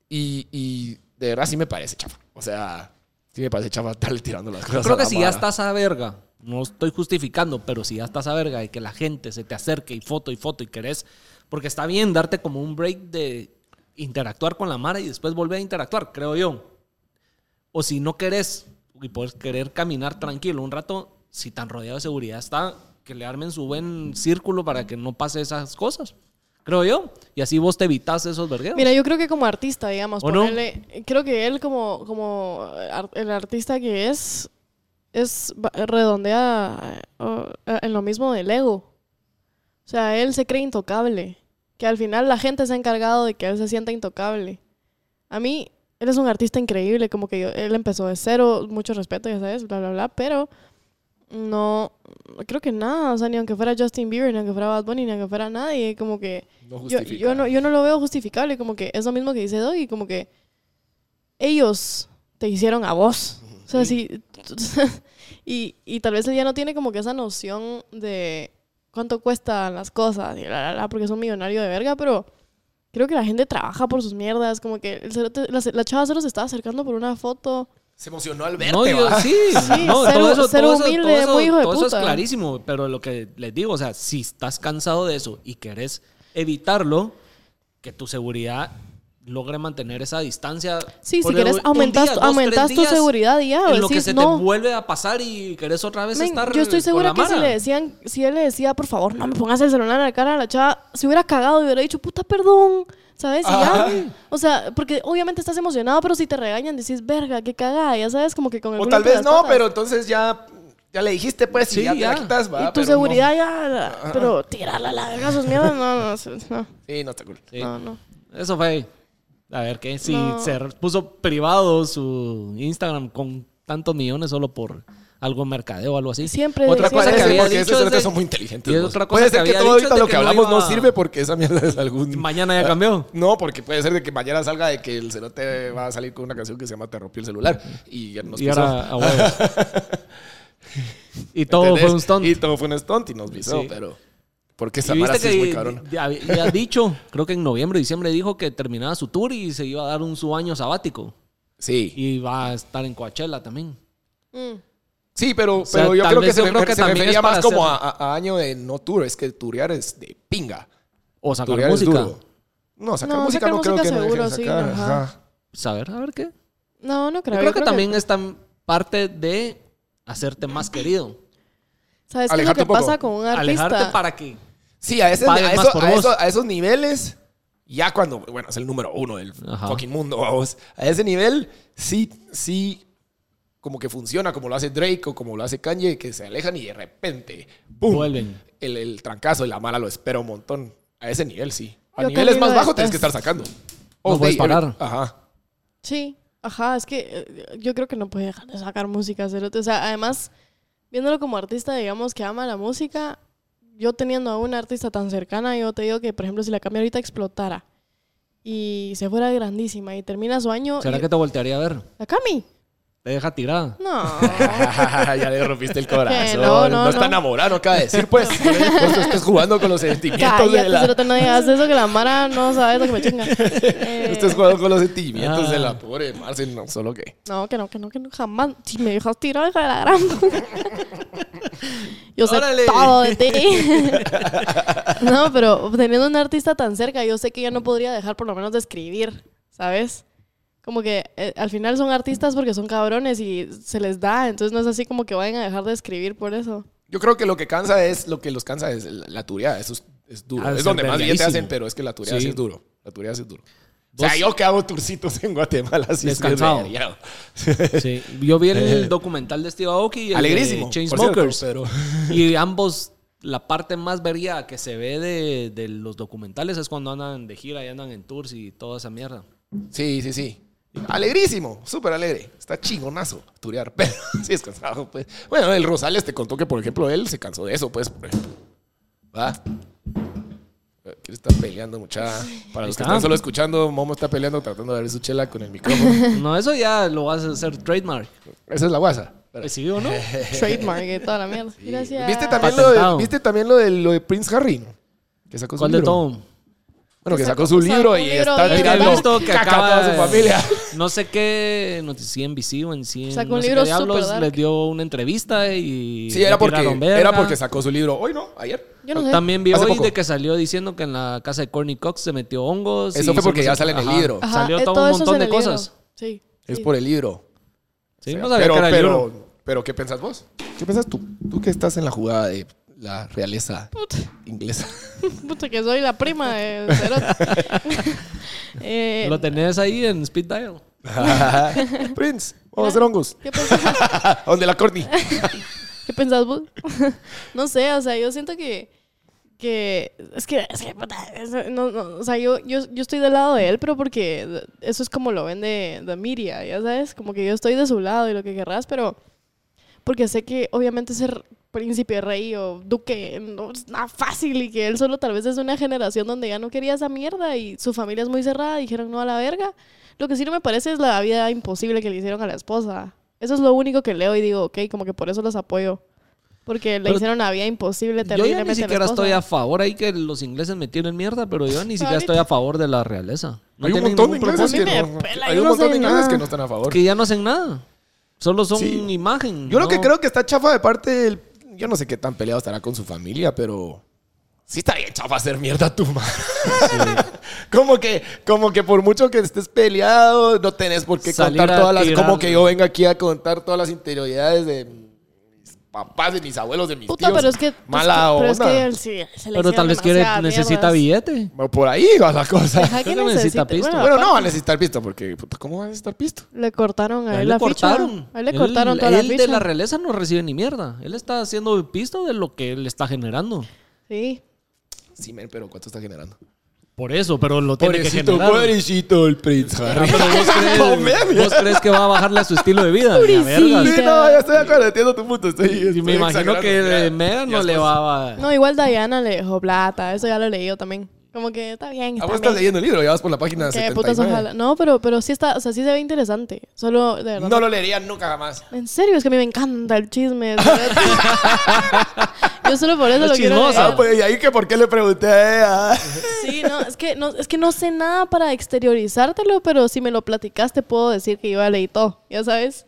Y, y de verdad sí me parece chafa. O sea, sí me parece chafa estarle tirando las cosas.
Creo
a
que
la
si ya
mara.
estás a verga, no estoy justificando, pero si ya estás a verga y que la gente se te acerque y foto y foto y querés, porque está bien darte como un break de interactuar con la Mara y después volver a interactuar, creo yo. O si no querés y podés querer caminar tranquilo un rato, si tan rodeado de seguridad está, que le armen su buen círculo para que no pase esas cosas, creo yo. Y así vos te evitas esos vergueros.
Mira, yo creo que como artista, digamos,
¿O no?
ponerle- creo que él como, como ar- el artista que es, es ba- redondea eh, o- eh, en lo mismo del ego. O sea, él se cree intocable. Que al final la gente se ha encargado de que él se sienta intocable. A mí, él es un artista increíble, como que yo- él empezó de cero, mucho respeto, ya sabes, bla, bla, bla, pero no, creo que nada, o sea, ni aunque fuera Justin Bieber, ni aunque fuera Bad Bunny, ni aunque fuera nadie, como que
No
yo,
justifica.
yo no, yo no lo veo justificable, como que es lo mismo que dice Doggy, como que ellos te hicieron a vos. O sea, sí. y, y tal vez él ya no tiene como que esa noción de cuánto cuestan las cosas, y la, la, la, porque es un millonario de verga, pero Creo que la gente trabaja por sus mierdas. Como que el cerote- la, la chava solo se estaba acercando por una foto.
Se emocionó al verte,
no, yo-
¿va?
sí,
Sí,
no,
ser-
todo eso,
ser
todo eso-
humilde,
todo eso-
muy hijo de
todo eso
puta.
es clarísimo, pero lo que les digo, o sea, si estás cansado de eso y querés evitarlo, que tu seguridad logre mantener esa distancia.
Sí, si
Ponle
quieres
un- un
aumentas,
día, dos,
aumentas
tres
tu
días,
seguridad y ya.
En lo que
decís,
se
no.
te vuelve a pasar y querés otra vez
Men,
estar.
yo estoy
con
segura
la
que si
mara.
le decían, si él le decía, por favor, no me pongas el celular en la cara a la chava, se hubiera cagado y hubiera dicho, puta, perdón, ¿sabes? Y ya. O sea, porque obviamente estás emocionado, pero si te regañan, decís, verga, qué cagada, ya sabes, como que con el
O
culo
tal
entre
vez
las
no,
patas.
pero entonces ya, ya le dijiste, pues, y
Sí,
ya, te la
ya.
quitas, va.
Y tu
Pero
seguridad ya, la- pero tirarla a la verga sus mierdas, no, no, se- no,
No. Sí, no está cool.
Sí.
no, no.
Eso fue. A ver qué. Si
No.
se puso privado su Instagram con tantos millones solo por algo mercadeo o algo así.
Siempre-
Otra
siempre-
cosa
Sí,
que había
porque
dicho
esos
es
cerotes
de-
son muy inteligentes.
y es
vos.
otra cosa
puede
que
ser que,
había
todo
dicho
ahorita
de
lo
que
que,
no
hablamos no
iba-
sirve porque esa mierda es algún...
Mañana ya cambió.
No, porque puede ser de que mañana salga de que el cerote va a salir con una canción que se llama Te rompió el celular. Y ya nos
Y
pisó.
ahora a huevos. y todo
¿Entendés?
fue un stunt.
Y todo fue un stunt y nos pisó,
Sí.
pero... Porque esa
Y
mara
viste
sí es muy
que
cabrona.
ya, ya dicho, creo que en noviembre, diciembre dijo que terminaba su tour y se iba a dar un su año sabático.
Sí.
Y va a estar en Coachella también.
Mm.
Sí, pero,
sea,
pero yo
tal
creo que
vez
se,
yo
me-
creo que
se
también
refería
es
más
para
como a,
hacer-
a- a año de no tour. Es que turear es de pinga.
O sacar
Turear es
música.
duro. No, sacar
No,
música
sacar
no creo
música
que no dejen de
seguro, sí,
sacar.
ajá.
ajá.
Saber, a ver qué.
No, no creo.
Yo creo que también es tan parte de hacerte más querido.
¿Sabes qué es lo
Alejarte
que
un poco.
pasa con un artista?
Alejarte para que.
Sí, a, ese-
Paguen
a,
más
eso-
por
a
vos.
eso- a esos niveles, ya cuando, bueno, es el número uno del
Ajá.
fucking mundo, vamos. A ese nivel, sí, sí, como que funciona, como lo hace Drake o como lo hace Kanye, que se alejan y de repente, ¡pum!
Vuelven.
El, el trancazo de la mala lo espera un montón. A ese nivel, sí. A
Yo
niveles
camino
más
de
bajos tienes
estas.
que estar sacando.
No puedes
All day,
parar.
Ajá.
Sí, ajá, es que eh, yo creo que no puede dejar de sacar música, cerote. O sea, además, viéndolo como artista, digamos, que ama la música, yo teniendo a una artista tan cercana, yo te digo que, por ejemplo, si la cambia ahorita explotara y se fuera grandísima y termina su año...
¿Será
Oh, y-
que te voltearía a ver?
¿La Cami?
Te deja tirada.
No.
ya le rompiste el corazón.
no,
No,
no,
está
no.
enamorado, no acaba de decir, pues. Por eso estás jugando con los sentimientos de
Cállate,
la.
cerote, no digas eso, que la Mara no sabe lo que me chinga. Eh,
Estás jugando con los sentimientos de la
Ah.
pobre Marcel, no, solo que.
No, que no, que no, que no, jamás. Si me dejas tirar, hija de la gran. Yo sé
Órale.
todo de ti. no, pero teniendo un artista tan cerca, yo sé que ya no podría dejar por lo menos de escribir, ¿sabes? Como que eh, al final son artistas porque son cabrones y se les da, entonces no es así como que vayan a dejar de escribir por eso.
Yo creo que lo que cansa es, lo que los cansa es la, la tureada, eso es, es duro.
Ha de
es
ser
donde más bien te
verguísimo.
hacen, pero es que la tureada
Sí.
sí es duro. La tureada sí es duro. O sea,
Vos-
yo que hago turcitos en Guatemala, sí es
Descansado.
vergueado.
Sí. Yo vi el documental de Steve Aoki y el
Alegrísimo.
de
por cierto,
Chainsmokers.
pero-
Y ambos, la parte más vería que se ve de, de los documentales es cuando andan de gira y andan en tours y toda esa mierda.
Sí, sí, sí. Alegrísimo, súper alegre. Está chingonazo turear, pero sí es cansado, pues. Bueno, el Rosales te contó que, por ejemplo, él se cansó de eso, pues. por ejemplo. ¿Va? Quiero estar peleando, muchacha. Para los
Ahí está.
que están solo escuchando, Momo está peleando tratando de abrir su chela con el micrófono.
No, eso ya lo vas a hacer trademark.
Esa es la guasa. Pero-
Pues ¿Sí o no?
Trademark y toda la mierda. Gracias.
¿Viste también, lo de,
Patentado.
¿Viste también lo de, lo de Prince Harry? no? Que sacó su
¿Cuál de
libro.
todo?
Bueno, que
Sacó-
sacó su
sacó
libro
un
y
libro
está
bien.
He
tirando
visto que
caca a
acaba
toda su familia.
No sé qué noticia en VC o en 100.
Sacó
no
un
sé
libro
qué diablos,
super dark.
les dio una entrevista y.
Sí, era
le
porque,
tiraron verga.
era porque sacó su libro hoy, ¿no? Ayer.
Yo no sé.
También vi
Hace
hoy
poco.
de que salió diciendo que en la casa de Corny Cox se metió hongos.
Eso
y
fue porque
solo
ya
se-
sale en el
Ajá,
libro.
Ajá,
Salió
eh,
todo un
eso es
montón
en
de
el libro.
cosas.
Sí.
Es
sí.
por el libro.
Sí,
O sea,
no sabía que era el libro.
pero, ¿qué piensas vos? ¿Qué piensas tú? Tú que estás en la jugada de la realeza
Puta.
inglesa.
Puta, que soy la prima de Cerote. Eh,
Lo tenés ahí en Speed Dial.
Prince, vamos a hacer hongos.
¿Qué pensás?
¿Dónde la Courtney?
¿Qué pensás vos? no sé, o sea, yo siento que. que es que. Es que puta, es- no, no, o sea, yo, yo, yo estoy del lado de él, pero porque eso es como lo vende The Media, ya sabes. Como que yo estoy de su lado y lo que querrás, pero. Porque sé que obviamente ser príncipe, rey o duque no es nada fácil y que él solo tal vez es de una generación donde ya no quería esa mierda y su familia es muy cerrada, dijeron no a la verga. Lo que sí no me parece es la vida imposible que le hicieron a la esposa. Eso es lo único que leo y digo, ok, como que por eso los apoyo. Porque le
Pero-
hicieron una vida imposible
Yo ya
terriblemente. a
ni
la
siquiera
esposa.
estoy a favor ahí que los ingleses me tienen mierda, pero yo ni siquiera
Ahorita.
estoy a favor de la realeza. No
hay un
tienen
montón de
ningún
ingleses
propósito.
que
A mí
no,
me pela,
hay
yo
un
no
montón
sé
de ingleses
nada.
que no están a favor.
que ya no hacen nada. Solo son
Sí.
imagen.
Yo lo que
no-
creo que está chafa de parte del... Yo no sé qué tan peleado estará con su familia, pero... Sí está bien chafa hacer mierda a tu madre. como, que, como que por mucho que estés peleado, no tenés por qué
Salir
contar
a
todas las...
tirar-
Como que yo venga aquí a contar todas las interioridades de mis papás, de mis abuelos, de mis
Puta,
tíos.
pero es que. pues,
Mala
pero es que
onda.
él sí, se le
Pero tal
hicieron
vez quiere,
demasiadas
necesita
mierdas.
billete.
Bueno, Por ahí va la cosa.
Ajá, que
Creo que necesita
necesita
pisto.
Bueno, no va a necesitar pisto, porque... puta, ¿Cómo va a necesitar pisto?
Le cortaron a
A
él
él
la
le
ficha.
cortaron.
A él le cortaron toda la
él de
ficha.
la realeza no recibe ni mierda. Él está haciendo pisto de lo que él está generando.
Sí.
Sí, men, pero ¿cuánto está generando?
Por eso, pero lo tiene que
Pobrecito,
generar.
pobrecito el Prince Harry.
Pero ¿Vos crees, vos crees que va a bajarle a su estilo de vida? Ni a
Pobrecito.
vergas.
Sí, no, ya estoy de acuerdo, entiendo tu punto. Estoy,
Y
estoy
me imagino
exagerando,
que
ya.
eh, Megan
Ya
no le
estás-
va a...
No, igual Diana le dejó plata. Eso ya lo he leído también. Como que está bien.
Ah,
Está
vos estás
bien.
leyendo el libro, ya vas por la página
Que putas
79.
ojalá. No, pero, pero sí está. O sea, sí se ve interesante. Solo, de verdad.
No lo leería nunca jamás.
En serio, es que a mí me encanta el chisme. de verdad. Yo solo por eso
Es
lo quiero
chismosa,
leer.
Ah, pues, ¿y ahí que por qué le pregunté a ella?
Sí, no, es que no, es que no sé nada para exteriorizártelo, pero si me lo platicaste puedo decir que yo ya leí todo, ya sabes.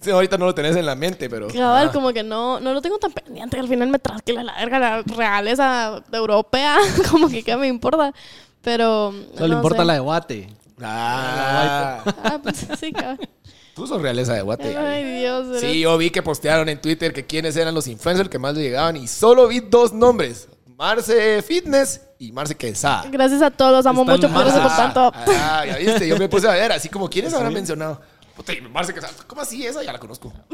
Sí, ahorita no lo tenés en la mente, pero...
Cabal,
Ah.
como que no, no lo tengo tan pendiente, al final me trasquila la verga la realeza europea, como que qué me importa, pero...
Solo le
no
importa
sé.
la de Guate.
Ah.
Ah, pues sí, cabal.
Tú sos realeza de Guate. Gaby.
Ay, Dios. pero-
Sí, yo vi que postearon en Twitter que quiénes eran los influencers que más le llegaban y solo vi dos nombres. Marce Fitness y Marce Quesada.
Gracias a todos, los amo
Están
mucho, por
más-
eso por tanto.
Ah, ya viste, yo me puse a ver, así como quiénes habrán mencionado. Puta, y Marce Quesada, ¿cómo así? Esa ya la conozco.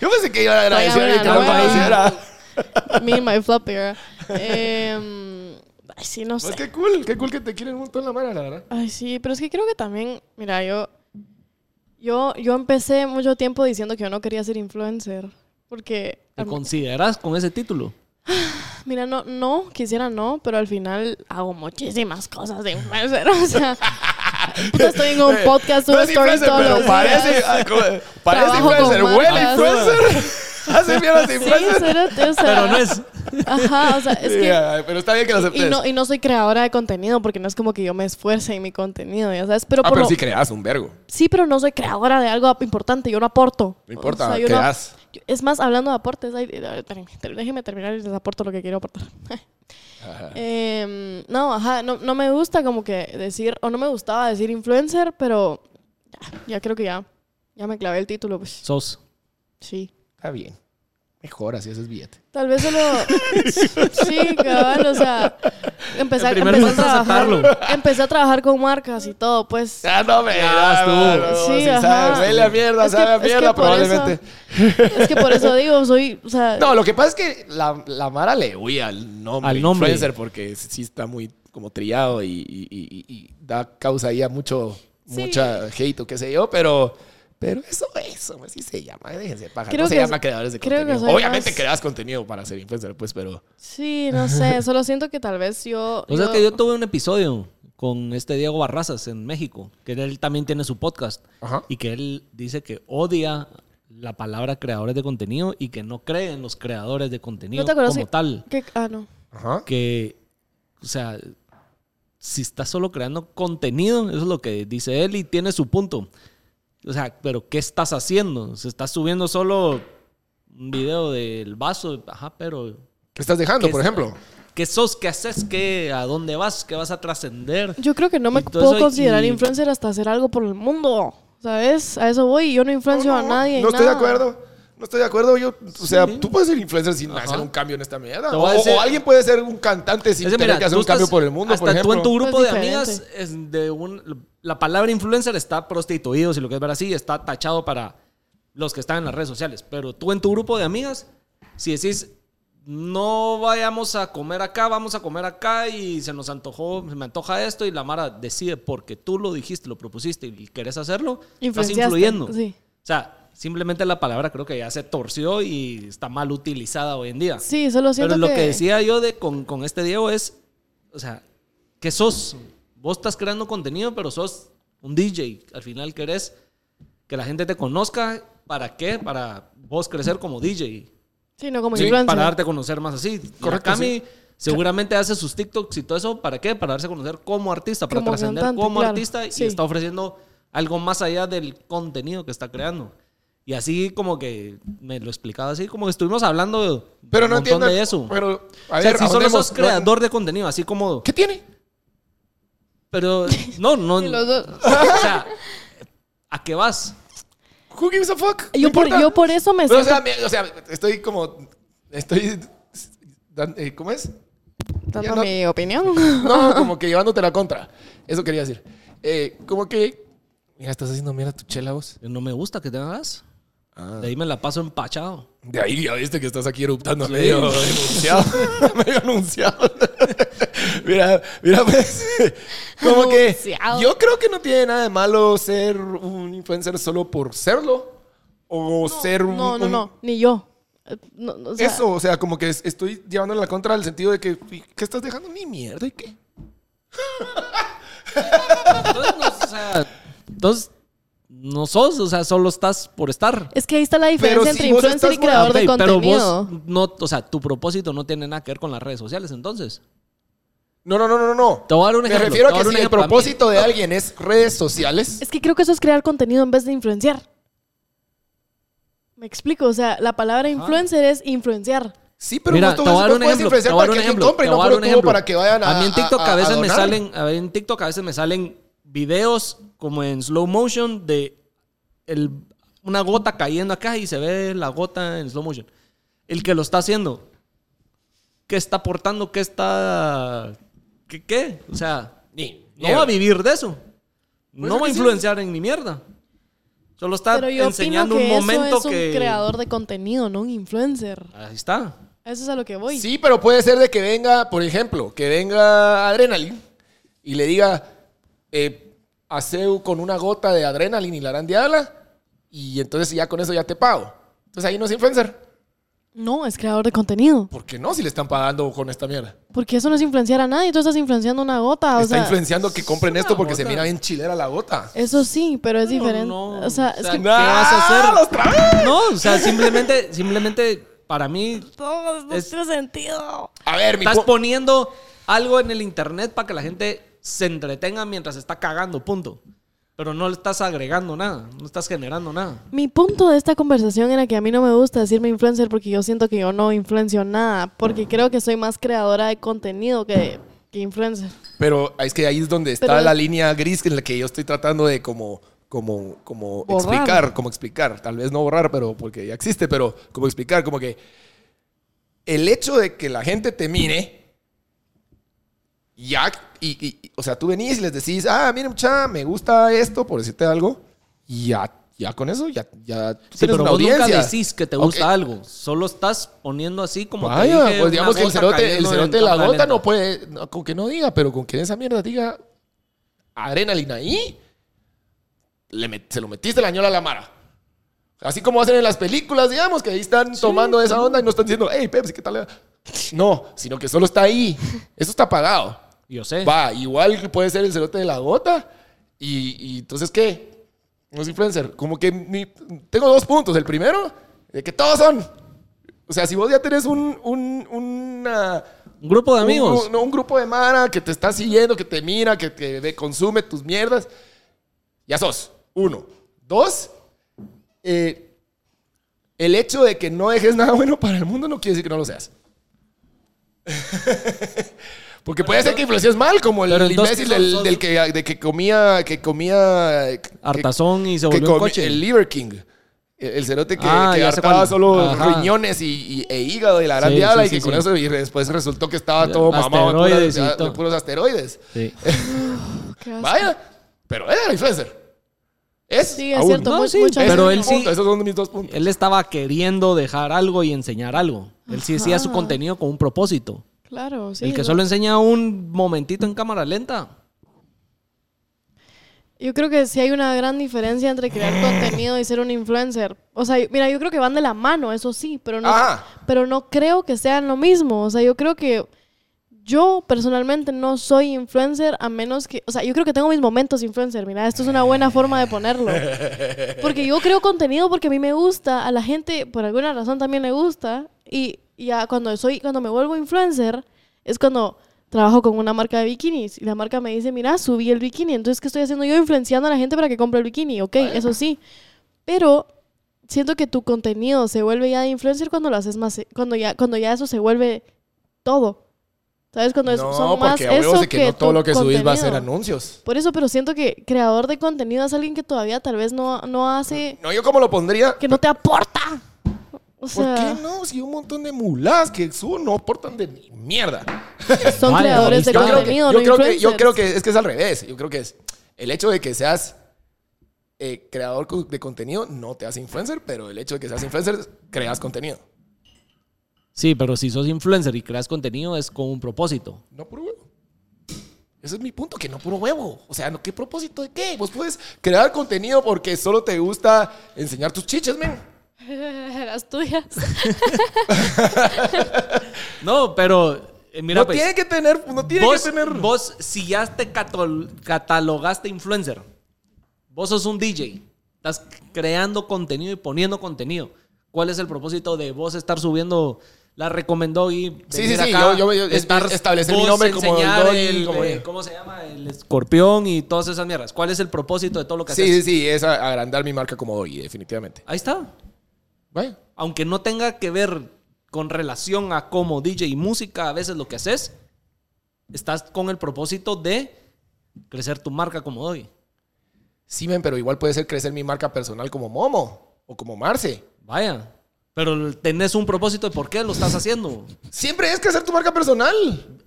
yo pensé que iba a
Oiga,
agradecer a alguien que
mira,
no
no, bueno.
conociera.
Me and my floppy. girl. Em, ay, sí, no sé.
Pues qué cool, qué cool que te quieren un montón la mara, la verdad.
Ay, sí, pero es que creo que también, mira, yo, yo, yo empecé mucho tiempo diciendo que yo no quería ser influencer, porque,
¿Te consideras con ese título?
mira, no, no, quisiera no, pero al final hago muchísimas cosas de influencer, o sea, puta, estoy en un podcast,
Eh, No
subo
es
stories
influencer,
todos
pero
los
parece,
días.
ah, como- parece
Trabajo con
influencer, huele
marcas.
influencer. Hace mierda de
Sí,
influencer.
espérate, o sea,
Pero no es.
Ajá, o sea, es que...
Ya, ah, pero está bien que lo aceptes.
Y no, y no soy creadora de contenido porque no es como que yo me esfuerce en mi contenido, ya sabes, pero
ah,
por
pero
lo-
sí creas un vergo.
Sí, pero no soy creadora de algo importante, yo no aporto.
No importa,
yo no-
creas.
yo- es más, hablando de aportes, ay, a ver, espérenme, ter- déjenme terminar y les aporto lo que quiero aportar. Em, no, ajá, no, no me gusta como que decir, o no me gustaba decir influencer, pero ya, ya creo que ya, ya me clavé el título, pues
Sos.
sí.
Está bien. Mejor así haces billete.
Tal vez solo. sí, cabal, o sea. Empecé,
El primer
empecé a
paso es
trabajar.
aceptarlo.
Empecé a trabajar con marcas y todo, pues.
Ya no me
Ya estuvo.
Sí,
sí,
ajá.
sabe, huele a mierda,
Es que-
sabe a
es que
mierda
por eso-
probablemente.
Es que por eso digo, soy. O sea,
No, lo que pasa es que la, la Mara le huye al nombre,
Al nombre.
influencer porque sí está muy como trillado y, y- y- y da causa ahí a mucho,
Sí.
mucha hate o qué sé yo, pero, pero eso, eso, así se llama, déjense paja.
Creo
no se
que-
llama creadores de
creo que
contenido.
soy
Obviamente
más-
creas contenido para ser influencer, pues, pero...
Sí, no sé, solo siento que tal vez yo...
O sea, es que yo tuve un episodio con este Diego Barrazas en México, que él también tiene su podcast,
Ajá.
y que él dice que odia la palabra creadores de contenido y que no cree en los creadores de contenido
¿No te acuerdas
como
que-
tal.
que- ah, no.
Ajá.
que, o sea, si estás solo creando contenido, eso es lo que dice él y tiene su punto. O sea, pero ¿qué estás haciendo? Se estás subiendo solo un video del vaso, ajá, pero
¿Qué estás dejando,
¿Qué
por
es-
ejemplo?
¿qué sos? ¿Qué haces? ¿Qué? ¿A dónde vas? ¿Qué vas a trascender?
Yo creo que no me
Y todo
puedo
eso,
considerar
y-
influencer hasta hacer algo por el mundo, ¿sabes? A eso voy, yo no influencio a nadie. y
No estoy de
nada.
acuerdo. No estoy de acuerdo. Yo, o sea,
Sí.
tú puedes ser influencer sin
Ajá.
hacer un cambio en esta mierda.
Te
O,
voy a decir-
o alguien puede ser un cantante sin
Es que,
tener
mira,
que hacer
tú
un cambio
estás-
por el mundo,
hasta
por ejemplo.
tú en tu
Es
grupo de amigas
diferente.
es de un la palabra influencer está prostituido si lo quieres ver así está tachado para los que están en las redes sociales pero tú en tu grupo de amigas si decís no vayamos a comer acá vamos a comer acá y se nos antojó se me antoja esto y la mara decide porque tú lo dijiste lo propusiste y querés hacerlo estás
Influenciaste,
influyendo
sí.
o sea simplemente la palabra creo que ya se torció y está mal utilizada hoy en día
Sí, solo siento
pero lo
que...
que, decía yo de con, con este Diego es, o sea, que sos, vos estás creando contenido, pero sos un DJ. Al final querés que la gente te conozca ¿Para qué? Para vos crecer como DJ.
Sí, no como
Sí,
influencer.
Para darte a conocer más así.
Correcto,
Correcto. Cami seguramente hace sus TikToks y todo eso. ¿Para qué? Para darse a conocer como artista, para
Como
trascender
cantante,
como
claro.
artista y
Sí.
está ofreciendo algo más allá del contenido que está creando. Y así como que me lo explicaba así, como que estuvimos hablando
Pero
un
no
montón
entiendo.
de eso.
Pero, a
O sea,
ver,
si solo
ahondemos.
sos
No-
creador de contenido, así como...
¿Qué tiene?
Pero no, no...
Y los dos-
o sea, ¿a qué vas?
Who gives a fuck? No
Yo por,
importa.
yo por eso me
Pero, o,
siento-
sea, me- o sea, estoy como. Estoy. dan- eh, ¿Cómo es?
dando
ya no-
mi opinión.
No, como que llevándote la contra. Eso quería decir. Eh, como que. Mira, estás haciendo mierda tu chela vos.
No me gusta que te hagas.
Ah.
De ahí me la paso empachado.
De ahí ya viste que estás aquí eruptando medio anunciado. medio anunciado. mira, mira, pues. Como que.
Anunciado.
Yo creo que no tiene nada de malo ser un influencer solo por serlo. O ser un.
No, no,
un-
no, ni yo. Eh, no, no, o sea,
Eso, o sea, como que es- estoy llevando la contra al sentido de que. "¿Y ¿Qué estás dejando? Ni mierda y qué.
Entonces, no, o sea, entonces, no sos, o sea, solo estás por estar.
Es que ahí está la diferencia
si
entre
vos
influencer
estás
y creador de
Ok, pero
contenido.
vos no, o sea, tu propósito no tiene nada que ver con las redes sociales, entonces.
No, no, no, no, no.
Te voy a dar un ejemplo,
Me refiero
te
a
voy a
que
dar un
si el
ejemplo.
propósito de alguien es redes sociales.
Es que creo que eso es crear contenido en vez de influenciar. Me explico, o sea, la palabra influencer es influenciar.
Sí, pero pues,
Mira,
vos-
te voy a dar
vos
un
puedes
ejemplo. Te
influenciar
voy a dar
para que
un
alguien
ejemplo.
compre y
Te
no
voy a
por
dar un
el tubo
ejemplo.
para que vayan a.
A mí en TikTok a, veces me
donar.
salen, a ver, en TikTok a veces me salen videos como en slow motion de el- una gota cayendo acá y se ve la gota en slow motion. El que lo está haciendo, ¿qué está aportando? ¿Qué está. ¿Qué? qué? O sea,
Ni-
no va a
mierda.
vivir de eso.
eso
No va a
que sí.
influenciar en ni mierda. Solo está
Pero yo
enseñando
opino
un
que
momento
eso es
que.
un creador de contenido, no un influencer.
Ahí está.
A Eso es a lo que voy.
Sí, pero puede ser de que venga, por ejemplo, que venga Adrenaline y le diga, eh, "Haceu con una gota de Adrenaline y la arandiala y entonces ya con eso ya te pago. Entonces ahí no es influencer.
No, es creador de contenido.
¿Por qué no si le están pagando con esta mierda?
Porque eso no es influenciar a nadie, tú estás influenciando una gota. Ah, O
Está
sea,
influenciando que compren
una
esto porque se
gota.
mira bien chilera la gota.
Eso sí, pero es
No,
diferente.
no,
O sea,
o
es
sea,
que
¿Qué vas a hacer?
¡Ah, los tra-
No, o sea, simplemente, simplemente para mí
todo no
Es-
tiene sentido.
A ver, mi
estás
po-
poniendo algo en el internet para que la gente se entretenga mientras está cagando, punto. Pero no le estás agregando nada, no estás generando nada.
Mi punto de esta conversación era que a mí no me gusta decirme influencer porque yo siento que yo no influencio nada, porque
Ah.
creo que soy más creadora de contenido que, que influencer.
Pero es que ahí es donde está
Pero-
la línea gris en la que yo estoy tratando de como, como, como
Borrar.
explicar, como explicar. Tal vez no borrar, pero porque ya existe, pero como explicar, como que el hecho de que la gente te mire, ya, y, y- y- o sea, tú venís y les decís, ah, miren, cha, me gusta esto, por decirte algo, y ya, ya con eso, ya, ya tú
Sí,
tienes
pero
una
vos nunca
audiencia.
decís que te
Ok.
gusta algo, solo estás poniendo así como te
Vaya,
dije,
pues digamos
una
que el
gota
cerote, el
cayendo en
cerote de la
cámara
gota
lenta.
no puede, no, con que no diga, pero con que esa mierda diga adrenalina ahí, le met- se lo metiste la ñola a la mara. Así como hacen en las películas, digamos, que ahí están tomando esa onda y no están diciendo, hey, Pepsi, ¿qué tal? le va?" No, sino que solo está ahí. Eso está pagado.
Yo sé.
Va, igual puede ser el cerote de la gota. Y, y entonces, ¿qué? No es influencer. Como que mi- tengo dos puntos. El primero, de que todos son. O sea, si vos ya tenés un, un, una-
Un grupo de amigos.
un, no, un grupo de mara que te está siguiendo, que te mira, que te ve- consume tus mierdas, ya sos. Uno. Dos, eh, el hecho de que no dejes nada bueno para el mundo no quiere decir que no lo seas. Porque puede ser que influencies mal, como el
Pero entonces,
imbécil
¿qué
del,
sos?
del que, de que comía, que comía, que-
Hartazón y se
que
volvió un
comi-
coche.
el Liver King. El, el cerote que,
Ah,
que
ya sé
hartaba
cuál.
solo
Ajá.
riñones y, y- e hígado y la gran
Sí,
diabla
sí,
y que
sí,
con
sí.
eso y después resultó que estaba todo mamado de,
Asteroides y
puras-
todo.
de puros asteroides.
Sí.
Qué asco.
Vaya, pero era influencer. Es
Sí, es
aún.
cierto.
No,
mu-
sí,
mucha
Ese
pero
es
él
mi
sí,
punto, Esos son mis dos puntos.
él estaba queriendo dejar algo y enseñar algo. Él sí hacía su
Ajá.
contenido con un propósito.
Claro, sí.
el que
¿no?
solo enseña un momentito en cámara lenta.
Yo creo que sí hay una gran diferencia entre crear
Ah.
contenido y ser un influencer. O sea, yo- mira, yo creo que van de
Ah.
la mano, eso sí, pero no,
Ajá.
pero no creo que sean lo mismo. O sea, yo creo que Yo personalmente no soy influencer a menos que, o sea, yo creo que tengo mis momentos influencer, mira, esto es una buena forma de ponerlo. Porque yo creo contenido porque a mí me gusta, a la gente por alguna razón también le gusta y ya cuando soy cuando me vuelvo influencer es cuando trabajo con una marca de bikinis y la marca me dice, "Mira, subí el bikini." Entonces, ¿qué estoy haciendo yo influenciando a la gente para que compre el bikini? Ok, eso sí. Pero siento que tu contenido se vuelve ya de influencer cuando lo haces más eh, cuando ya cuando ya eso se vuelve todo. ¿Sabes? Cuando es,
no,
son más
porque a huevos
eso
de que, no todo
tu
lo que subís va a ser
contenido.
anuncios.
Por eso, pero siento que creador de contenido es alguien que todavía tal vez no, no hace,
No, yo como lo pondría.
que no te aporta. O
¿Por
sea,
qué no? Si un montón de mulas que suben no aportan de ni mierda.
son
Vaya,
creadores de
yo creo que-
contenido,
yo,
no
creo que, yo
influencers.
creo que es que es al revés. Yo creo que es el hecho de que seas eh, creador co- de contenido no te hace influencer, pero el hecho de que seas influencer creas contenido.
Sí, pero si sos influencer y creas contenido es con un propósito.
No puro huevo. Ese es mi punto, que no puro huevo. O sea, ¿no, ¿qué propósito de qué? Vos puedes crear contenido porque solo te gusta enseñar tus chiches, men.
Las tuyas.
No, pero eh, mira,
No
pues,
tiene que tener, no tiene
vos,
que tener.
vos, si ya te catol- catalogaste influencer, vos sos un DJ, estás creando contenido y poniendo contenido. ¿Cuál es el propósito de vos estar subiendo? La recomendó y
Sí,
venir
sí, sí,
acá,
yo- yo- yo- es- es- establecer mi
vos
nombre como
enseñar
Doggy,
el,
como-
eh, ¿Cómo se llama? El escorpión y todas esas mierdas. ¿Cuál es el propósito de todo lo que
Sí,
haces?
sí, sí, es a- agrandar mi marca como hoy, definitivamente.
Ahí está.
Vaya.
aunque no tenga que ver con relación a como DJ y música, a veces lo que haces, estás con el propósito de crecer tu marca como hoy.
Sí, men, pero igual puede ser crecer mi marca personal como Momo o como Marce.
Vaya. Pero tenés un propósito de por qué lo estás haciendo.
Siempre es crecer tu marca personal.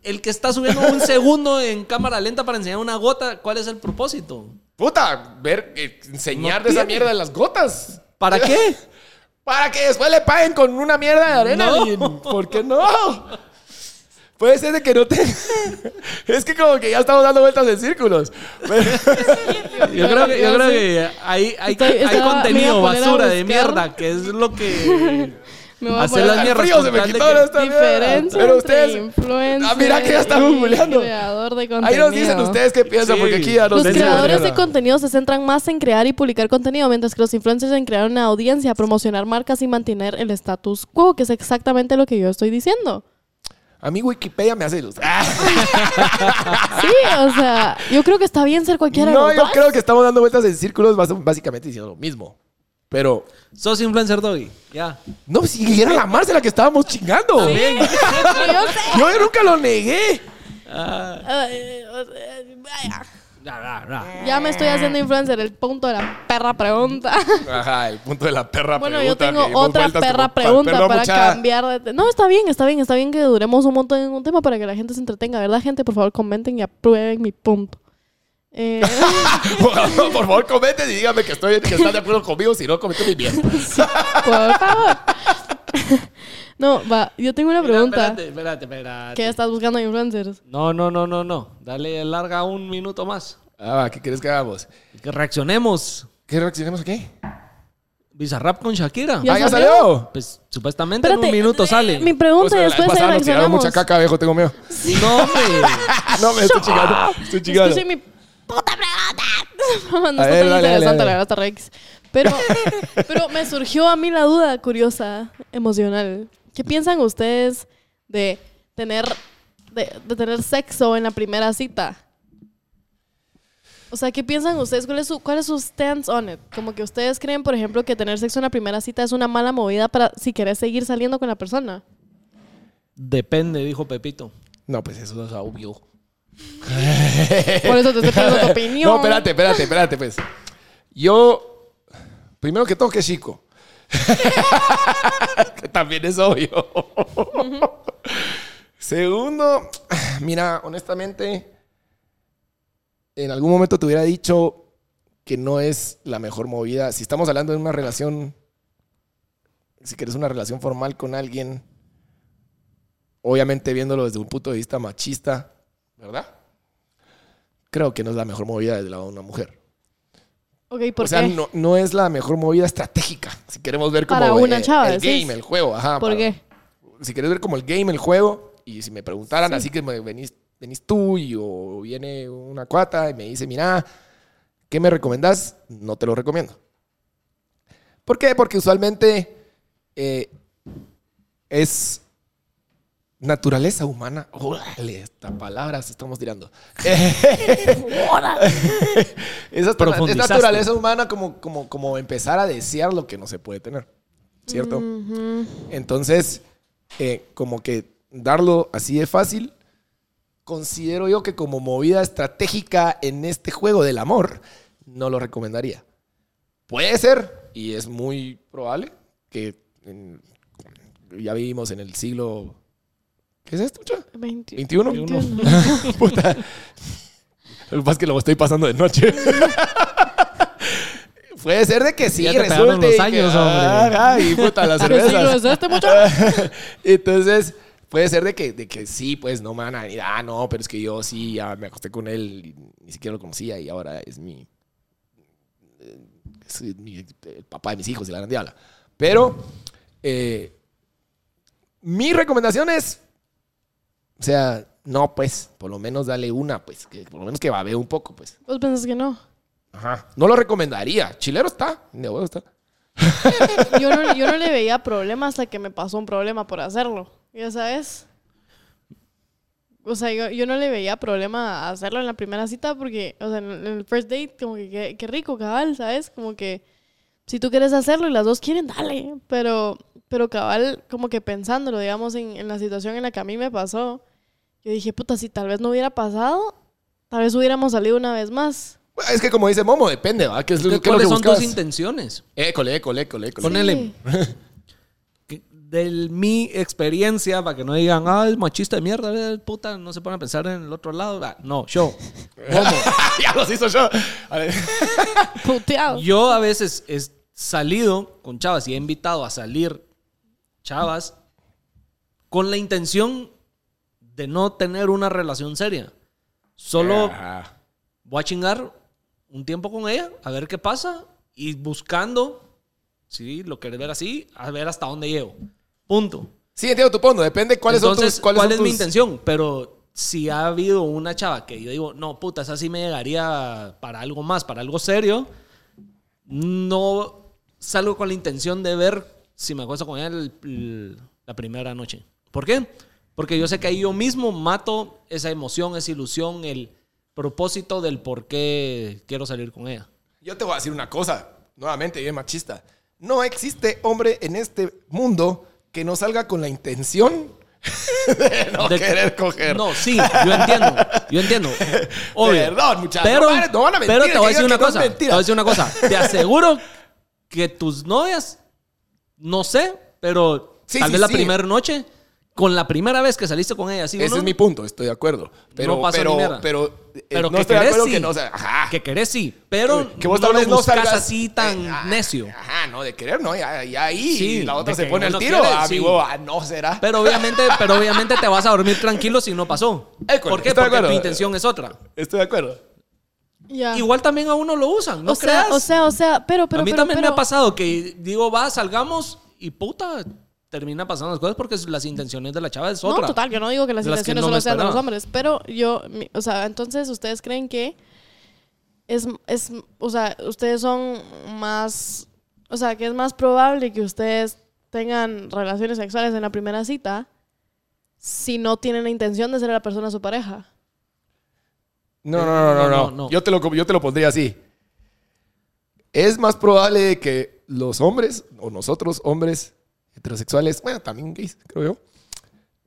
El que está subiendo un segundo en cámara lenta para enseñar una gota, ¿cuál es el propósito?
Puta, ver, eh, enseñar
No
de esa
tiene.
mierda de las gotas.
¿Para qué?
Para que después le paguen con una mierda de arena.
No.
Lin. ¿Por qué no? Puede ser de que no te... es que como que ya estamos dando vueltas en círculos.
Yo creo que, yo creo que hay, hay,
Estoy-
hay
estaba- me
contenido
iba a poner a
basura de
buscar.
mierda, que es lo que...
Me voy a
Hacer las
poner
mierdas
Frío,
con
se me
tal de
quitó
que-
esta mierda.
diferencia
Pero
entre
ustedes...
influencer
Ah, mira que ya están
y
googleando.
creador de contenido.
Ahí nos dicen ustedes qué piensan,
Sí.
porque aquí ya nos
Los
dicen la
creadores de
mierda.
contenido se centran más en crear y publicar contenido, mientras que los influencers en crear una audiencia, promocionar marcas y mantener el status quo, que es exactamente lo que yo estoy diciendo.
A mí Wikipedia me hace ilustrar.
Sí, o sea, yo creo que está bien ser cualquiera de
No,
los
yo
dos.
creo que estamos dando vueltas en círculos bas- básicamente diciendo lo mismo. Pero,
Sos influencer, Doggy. Ya.
no, si era la Marce la que estábamos chingando.
Bien.
Yo sé.
Yo nunca lo negué.
Ah,
Ay, o sea, vaya.
ra, ra, ra.
Ya me estoy haciendo influencer, el punto de la perra pregunta.
Ajá, el punto de la perra
Bueno, yo
pregunta.
tengo
que dimos
otra
vueltas
perra
como pa-
pregunta
perdón,
para
muchacha.
cambiar de... te- No, está bien, está bien, está bien que duremos un montón en un tema para que la gente se entretenga, ¿verdad, gente? Por favor, comenten y aprueben mi punto. Eh,
Por favor, comenten y díganme que, estoy, que están de acuerdo conmigo, si no, comenten mi mierda.
por favor. no, va, yo tengo una
Mira,
pregunta.
Espérate, espérate, espérate.
¿Qué estás buscando en influencers?
No, no, no, no, no. Dale larga un minuto más.
Ah, va, ¿qué quieres que hagamos?
Que reaccionemos.
¿Qué reaccionamos aquí? Ah,
Bizarrap con Shakira.
Ya
ya
salió.
salió.
Pues
Pues,
supuestamente
Espérate,
en un minuto
eh,
sale.
Mi pregunta y
la vez
después ahí
pasada nos tiraron
reaccionamos.
mucha caca, viejo, tengo miedo. Ah,
No, hombre.
No, me estoy chingando. Estoy chingando.
Escuchen mi puta pregunta. no está
A ver,
tan
dale, dale,
interesante
dale.
la verdad, Rex. Pero, pero me surgió a mí la duda curiosa, emocional. ¿Qué piensan ustedes de tener, de, de tener sexo en la primera cita? O sea, ¿qué piensan ustedes? ¿Cuál es, su, ¿Cuál es su stance on it? Como que ustedes creen, por ejemplo, que tener sexo en la primera cita es una mala movida para si querés seguir saliendo con la persona.
Depende, dijo Pepito.
No, pues eso es obvio.
Por eso te estoy pidiendo tu opinión.
No, espérate, espérate, espérate, pues. Yo, primero que todo, que chico. Que También es obvio. Segundo, mira, honestamente, en algún momento te hubiera dicho que no es la mejor movida. Si estamos hablando de una relación, si quieres una relación formal con alguien, obviamente viéndolo desde un punto de vista machista, ¿verdad? Creo que no es la mejor movida desde la de una mujer.
Ok, ¿por
o sea,
qué?
No, no es la mejor movida estratégica. Si queremos ver como
Para una
eh,
chava,
el
decís.
game, el juego, ajá.
¿Por
para-
qué?
Si quieres ver como el game, el juego, y si me preguntaran, así que me venís, venís tú y o viene una cuata y me dice, mira, ¿qué me recomendás? No te lo recomiendo. ¿Por qué? Porque usualmente eh, es naturaleza humana. Órale, estas palabras estamos tirando. es, hasta- es
Profundizaste.
naturaleza humana como, como, como empezar a desear lo que no se puede tener. ¿Cierto?
Ujú.
Entonces, eh, como que darlo así de fácil, considero yo que como movida estratégica en este juego del amor, no lo recomendaría. Puede ser, y es muy probable, que en- ya vivimos en el siglo... ¿Qué es esto, cha?
20.
21. Puta. Lo que pasa es que lo estoy pasando de noche. Puede ser de que sí,
Ya te pegaron
resulte.
los
y que-
años, hombre.
ajá, y puta, las
¿Qué siglo es
cervezas.
este, mucho?
Entonces, puede ser de que, de que sí, pues no me van a venir. Ah, no, pero es que yo sí, ya me acosté con él, y ni siquiera lo conocía y ahora es mi. eh, es mi- el papá de mis hijos y la gran diabla. Pero, eh, mi recomendación es. O sea, no, pues, por lo menos dale una, pues, que por lo menos que babee un poco, pues.
¿Vos pensás que no?
Ajá. No lo recomendaría. Chilero está, de huevo está.
Yo no, yo no le veía problema hasta que me pasó un problema por hacerlo. Ya sabes. O sea, yo, yo no le veía problema a hacerlo en la primera cita porque, o sea, en el en el first date, como que qué, qué rico, cabal, ¿sabes? Como que si tú quieres hacerlo y las dos quieren, dale. Pero, pero cabal, como que pensándolo, digamos, en, en la situación en la que a mí me pasó, yo dije, puta, si tal vez no hubiera pasado, tal vez hubiéramos salido una vez más.
Bueno, Es que como dice Momo, depende, ¿va? ¿Qué es lo, qué es lo
¿Cuáles
que
son
buscas?
tus intenciones?
École, école, école, école.
Ponele.
Sí.
que- de mi experiencia, para que no digan, ah, es machista de mierda, eh, puta, no se ponen a pensar en el otro lado. Ah, No, yo.
ya los hizo yo. A ver.
Puteado.
Yo a veces he salido con chavas y he invitado a salir chavas con la intención de no tener una relación seria. Solo
Ajá.
voy a chingar un tiempo con ella, a ver qué pasa y buscando, si lo querés ver así, a ver hasta dónde llego. Punto.
Sí, entiendo tu fondo. Depende cuáles
Entonces,
son tus...
¿cuál,
cuáles
es
son
mi
tus-
intención? Pero si ha habido una chava que yo digo, no, puta, esa sí me llegaría para algo más, para algo serio, no salgo con la intención de ver si me acuesto con él el- la primera noche. ¿Por qué? Porque yo sé que ahí yo mismo mato esa emoción, esa ilusión, el propósito del por qué quiero salir con ella.
Yo te voy a decir una cosa, nuevamente, bien machista. No existe hombre en este mundo que no salga con la intención de no
De-
querer coger.
No, sí, yo entiendo. Yo entiendo. Obvio.
Perdón, muchachos,
Pero,
no van- no van a mentir,
pero te voy a
que
decir
digan
una
que no es
cosa. Te voy
mentira.
a decir una cosa. Te aseguro que tus novias, no sé, pero
Sí,
tal
sí,
vez la
sí.
primera noche, con la primera vez que saliste con ella, ¿sí o
Ese
no?
es mi punto, estoy de acuerdo. Pero,
No pasó ni
pero,
mierda.
pero, eh,
Pero
no
que
estoy de
querés,
acuerdo
sí.
que no sea. Ajá.
Que querés sí, pero
que vos
no
tal vez
lo
no
buscas
salgas
así tan
eh, ah,
necio.
Ajá, no, de querer, no, ya, ya ahí.
Sí,
y la otra
de
se
que
pone
no
el
lo
tiro,
quiere, sí.
amigo, ah, no será.
Pero obviamente, pero obviamente te vas a dormir tranquilo si no pasó. ¿Por qué?
École, estoy de
Porque tu
acuerdo.
intención es otra.
estoy de acuerdo.
Ya.
Igual también a uno lo usan, ¿no
o sea,
creas?
o sea, o sea, pero, pero,
a mí
pero,
también me
pero-
ha pasado que digo, va, salgamos y puta, termina pasando las cosas porque las intenciones de la chava es otra.
No, total, yo no digo que las
Las que
intenciones
no me
solo sean de los
esperaba.
hombres, pero yo, mi- o sea, entonces ustedes creen que es, es, o sea, ustedes son más, o sea, que es más probable que ustedes tengan relaciones sexuales en la primera cita si no tienen la intención de ser la persona su pareja. Eh,
No, no, no, no,
No,
no.
no, no.
Yo, te lo, yo te lo pondría así. Es más probable que los hombres, o nosotros, hombres heterosexuales, bueno, también gays, creo yo,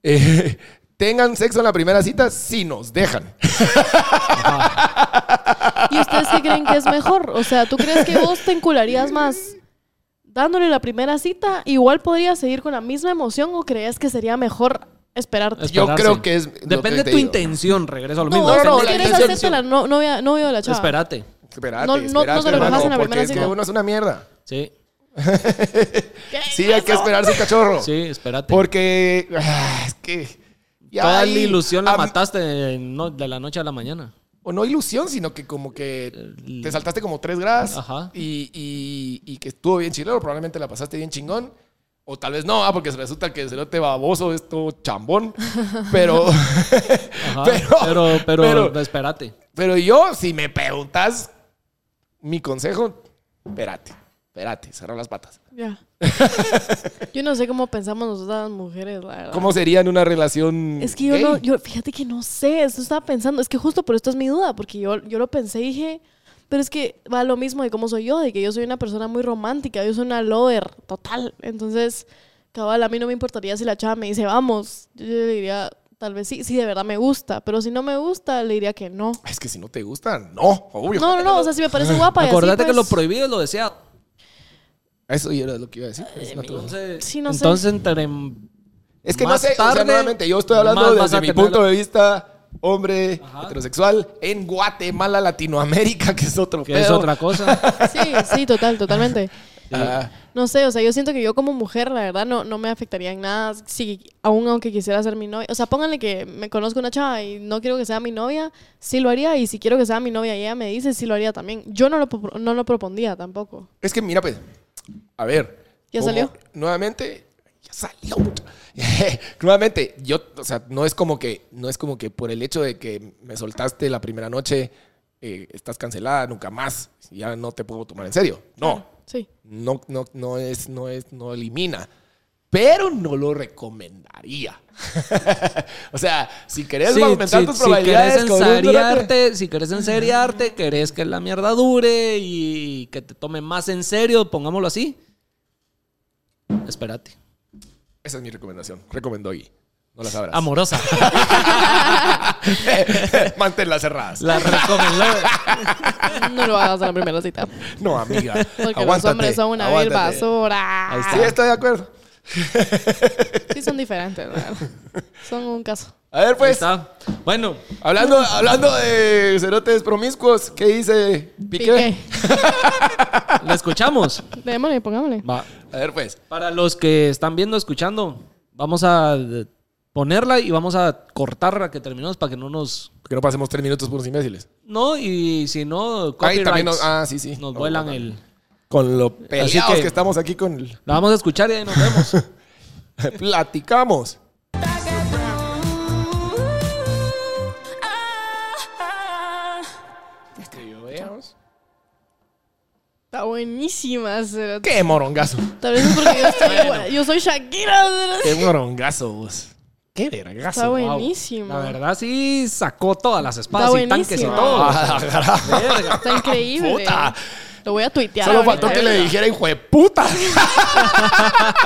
eh, tengan sexo en la primera cita si nos dejan.
¿Y ustedes qué creen que es mejor? O sea, ¿tú crees que vos te encularías más dándole la primera cita? Igual podrías seguir con la misma emoción o crees que sería mejor esperarte.
Esperarse.
Yo creo que es lo
Depende
que
de
te
tu
digo.
intención, regreso a lo
No,
mismo.
vos
no, no,
si
la
quieres
intención-
hacerte la no, novia, novio de la chava.
Espérate.
Espérate,
No, no, no
espérate,
se lo
hermano,
dejas en la
porque
primera
es que
cita.
uno es una mierda.
Sí,
Sí, hay que esperar su cachorro.
sí, espérate.
Porque ah, es que ya
Toda
ahí-
la ilusión la
a-
mataste no- de la noche a la mañana.
O no ilusión, sino que como que
El-
te saltaste como tres gradas
Ajá.
Y, y- y que estuvo bien chilero, probablemente la pasaste bien chingón O tal vez no, ah, porque resulta que el cerote baboso es todo chambón. Pero,
Ajá,
Pero-
pero, pero,
pero-
espérate.
Pues,
pero yo, si me preguntas mi consejo, espérate, espérate, cerrar las patas.
Ya. yo no sé cómo pensamos nosotras las mujeres, la verdad.
¿Cómo sería en una relación?
Ah. Es que yo
Mm, gay?
no, yo, fíjate que no sé, eso estaba pensando, es que justo por esto es mi duda, porque yo, yo lo pensé y dije, pero es que va lo mismo de cómo soy yo, de que yo soy una persona muy romántica, yo soy una lover total, entonces, cabal, a mí no me importaría si la chava me dice, vamos, yo, yo le diría, tal vez sí, sí, de verdad me gusta, pero si no me gusta, le diría que no.
Es que si no te gusta, no, obvio.
No, no, no, o sea, si me parece guapa y así,
Acordate que
pues,
lo prohibido es lo deseado.
Eso yo era lo que iba a decir. pues,
Eh,
no te-
Entonces,
Sí, no sé.
entonces entre-
Es que
más
no sé, o sea,
tarde,
nuevamente, yo estoy
más
hablando
vas a
desde mi
tener-
punto de vista, hombre
Ajá.
heterosexual, en Guatemala, Latinoamérica, que es otro
que
pedo.
es otra cosa.
Sí, sí, total, totalmente.
Ah,
No sé, o sea, yo siento que yo como mujer, la verdad, no, no me afectaría en nada. Si, aún aunque quisiera ser mi novia. O sea, pónganle que me conozco una chava y no quiero que sea mi novia, sí lo haría. Y si quiero que sea mi novia y ella me dice, sí lo haría también. Yo no lo, pro- no lo propondría tampoco.
es que mira, pues, a ver.
¿Ya
como-
salió?
Nuevamente, ya salió. puta. nuevamente, yo, o sea, no es como que, no es como que por el hecho de que me soltaste la primera noche, eh, estás cancelada, nunca más, ya no te puedo tomar en serio. No,
Sí.
no, no, no es, no es, no elimina. Pero no lo recomendaría. o sea, si querés
Sí,
aumentar
si-
tus
si querés
probabilidades con un durante-
enseriarte, si querés enseriarte, querés que la mierda dure y que te tome más en serio, pongámoslo así. Espérate.
Esa es mi recomendación. Recomendó y no las abras.
Amorosa.
Manténlas cerradas.
La recomendó.
No lo hagas en la primera cita.
No, amiga.
Porque los
aguántate,
hombres son una vil
aguántate.
basura.
Ahí
Sí, estoy de acuerdo.
Sí, son diferentes, la verdad. Son un caso.
A ver,
Ahí
pues,
está. Bueno,
hablando, hablando de cerotes promiscuos, ¿qué dice Piqué?
Piqué.
la escuchamos.
Démosle, pongámosle.
Va.
A ver, pues.
Para los que están viendo, escuchando, vamos a eh, ponerla y vamos a cortarla que terminemos para que no nos.
Que no pasemos tres minutos por imbéciles.
No, y si no,
Ahí también
copyrights.
nos- ah, sí, sí.
Nos
No,
vuelan
no, no.
el.
Con lo peleados
que-
que... estamos aquí con el-
La vamos a escuchar y ahí nos vemos.
Platicamos.
Está buenísima. Cero.
¡Qué morongazo!
Tal vez es porque yo, estoy igual- yo soy Shakira. Cero.
¡Qué morongazo vos! ¡Qué vergazo!
Está
Wow.
buenísima.
La verdad, sí sacó todas las espadas
Está
y tanques y
buenísima.
todo.
Está increíble.
Ah, Puta.
Lo voy a tuitear.
Solo
ahorita.
faltó que le dijera, hijo de puta.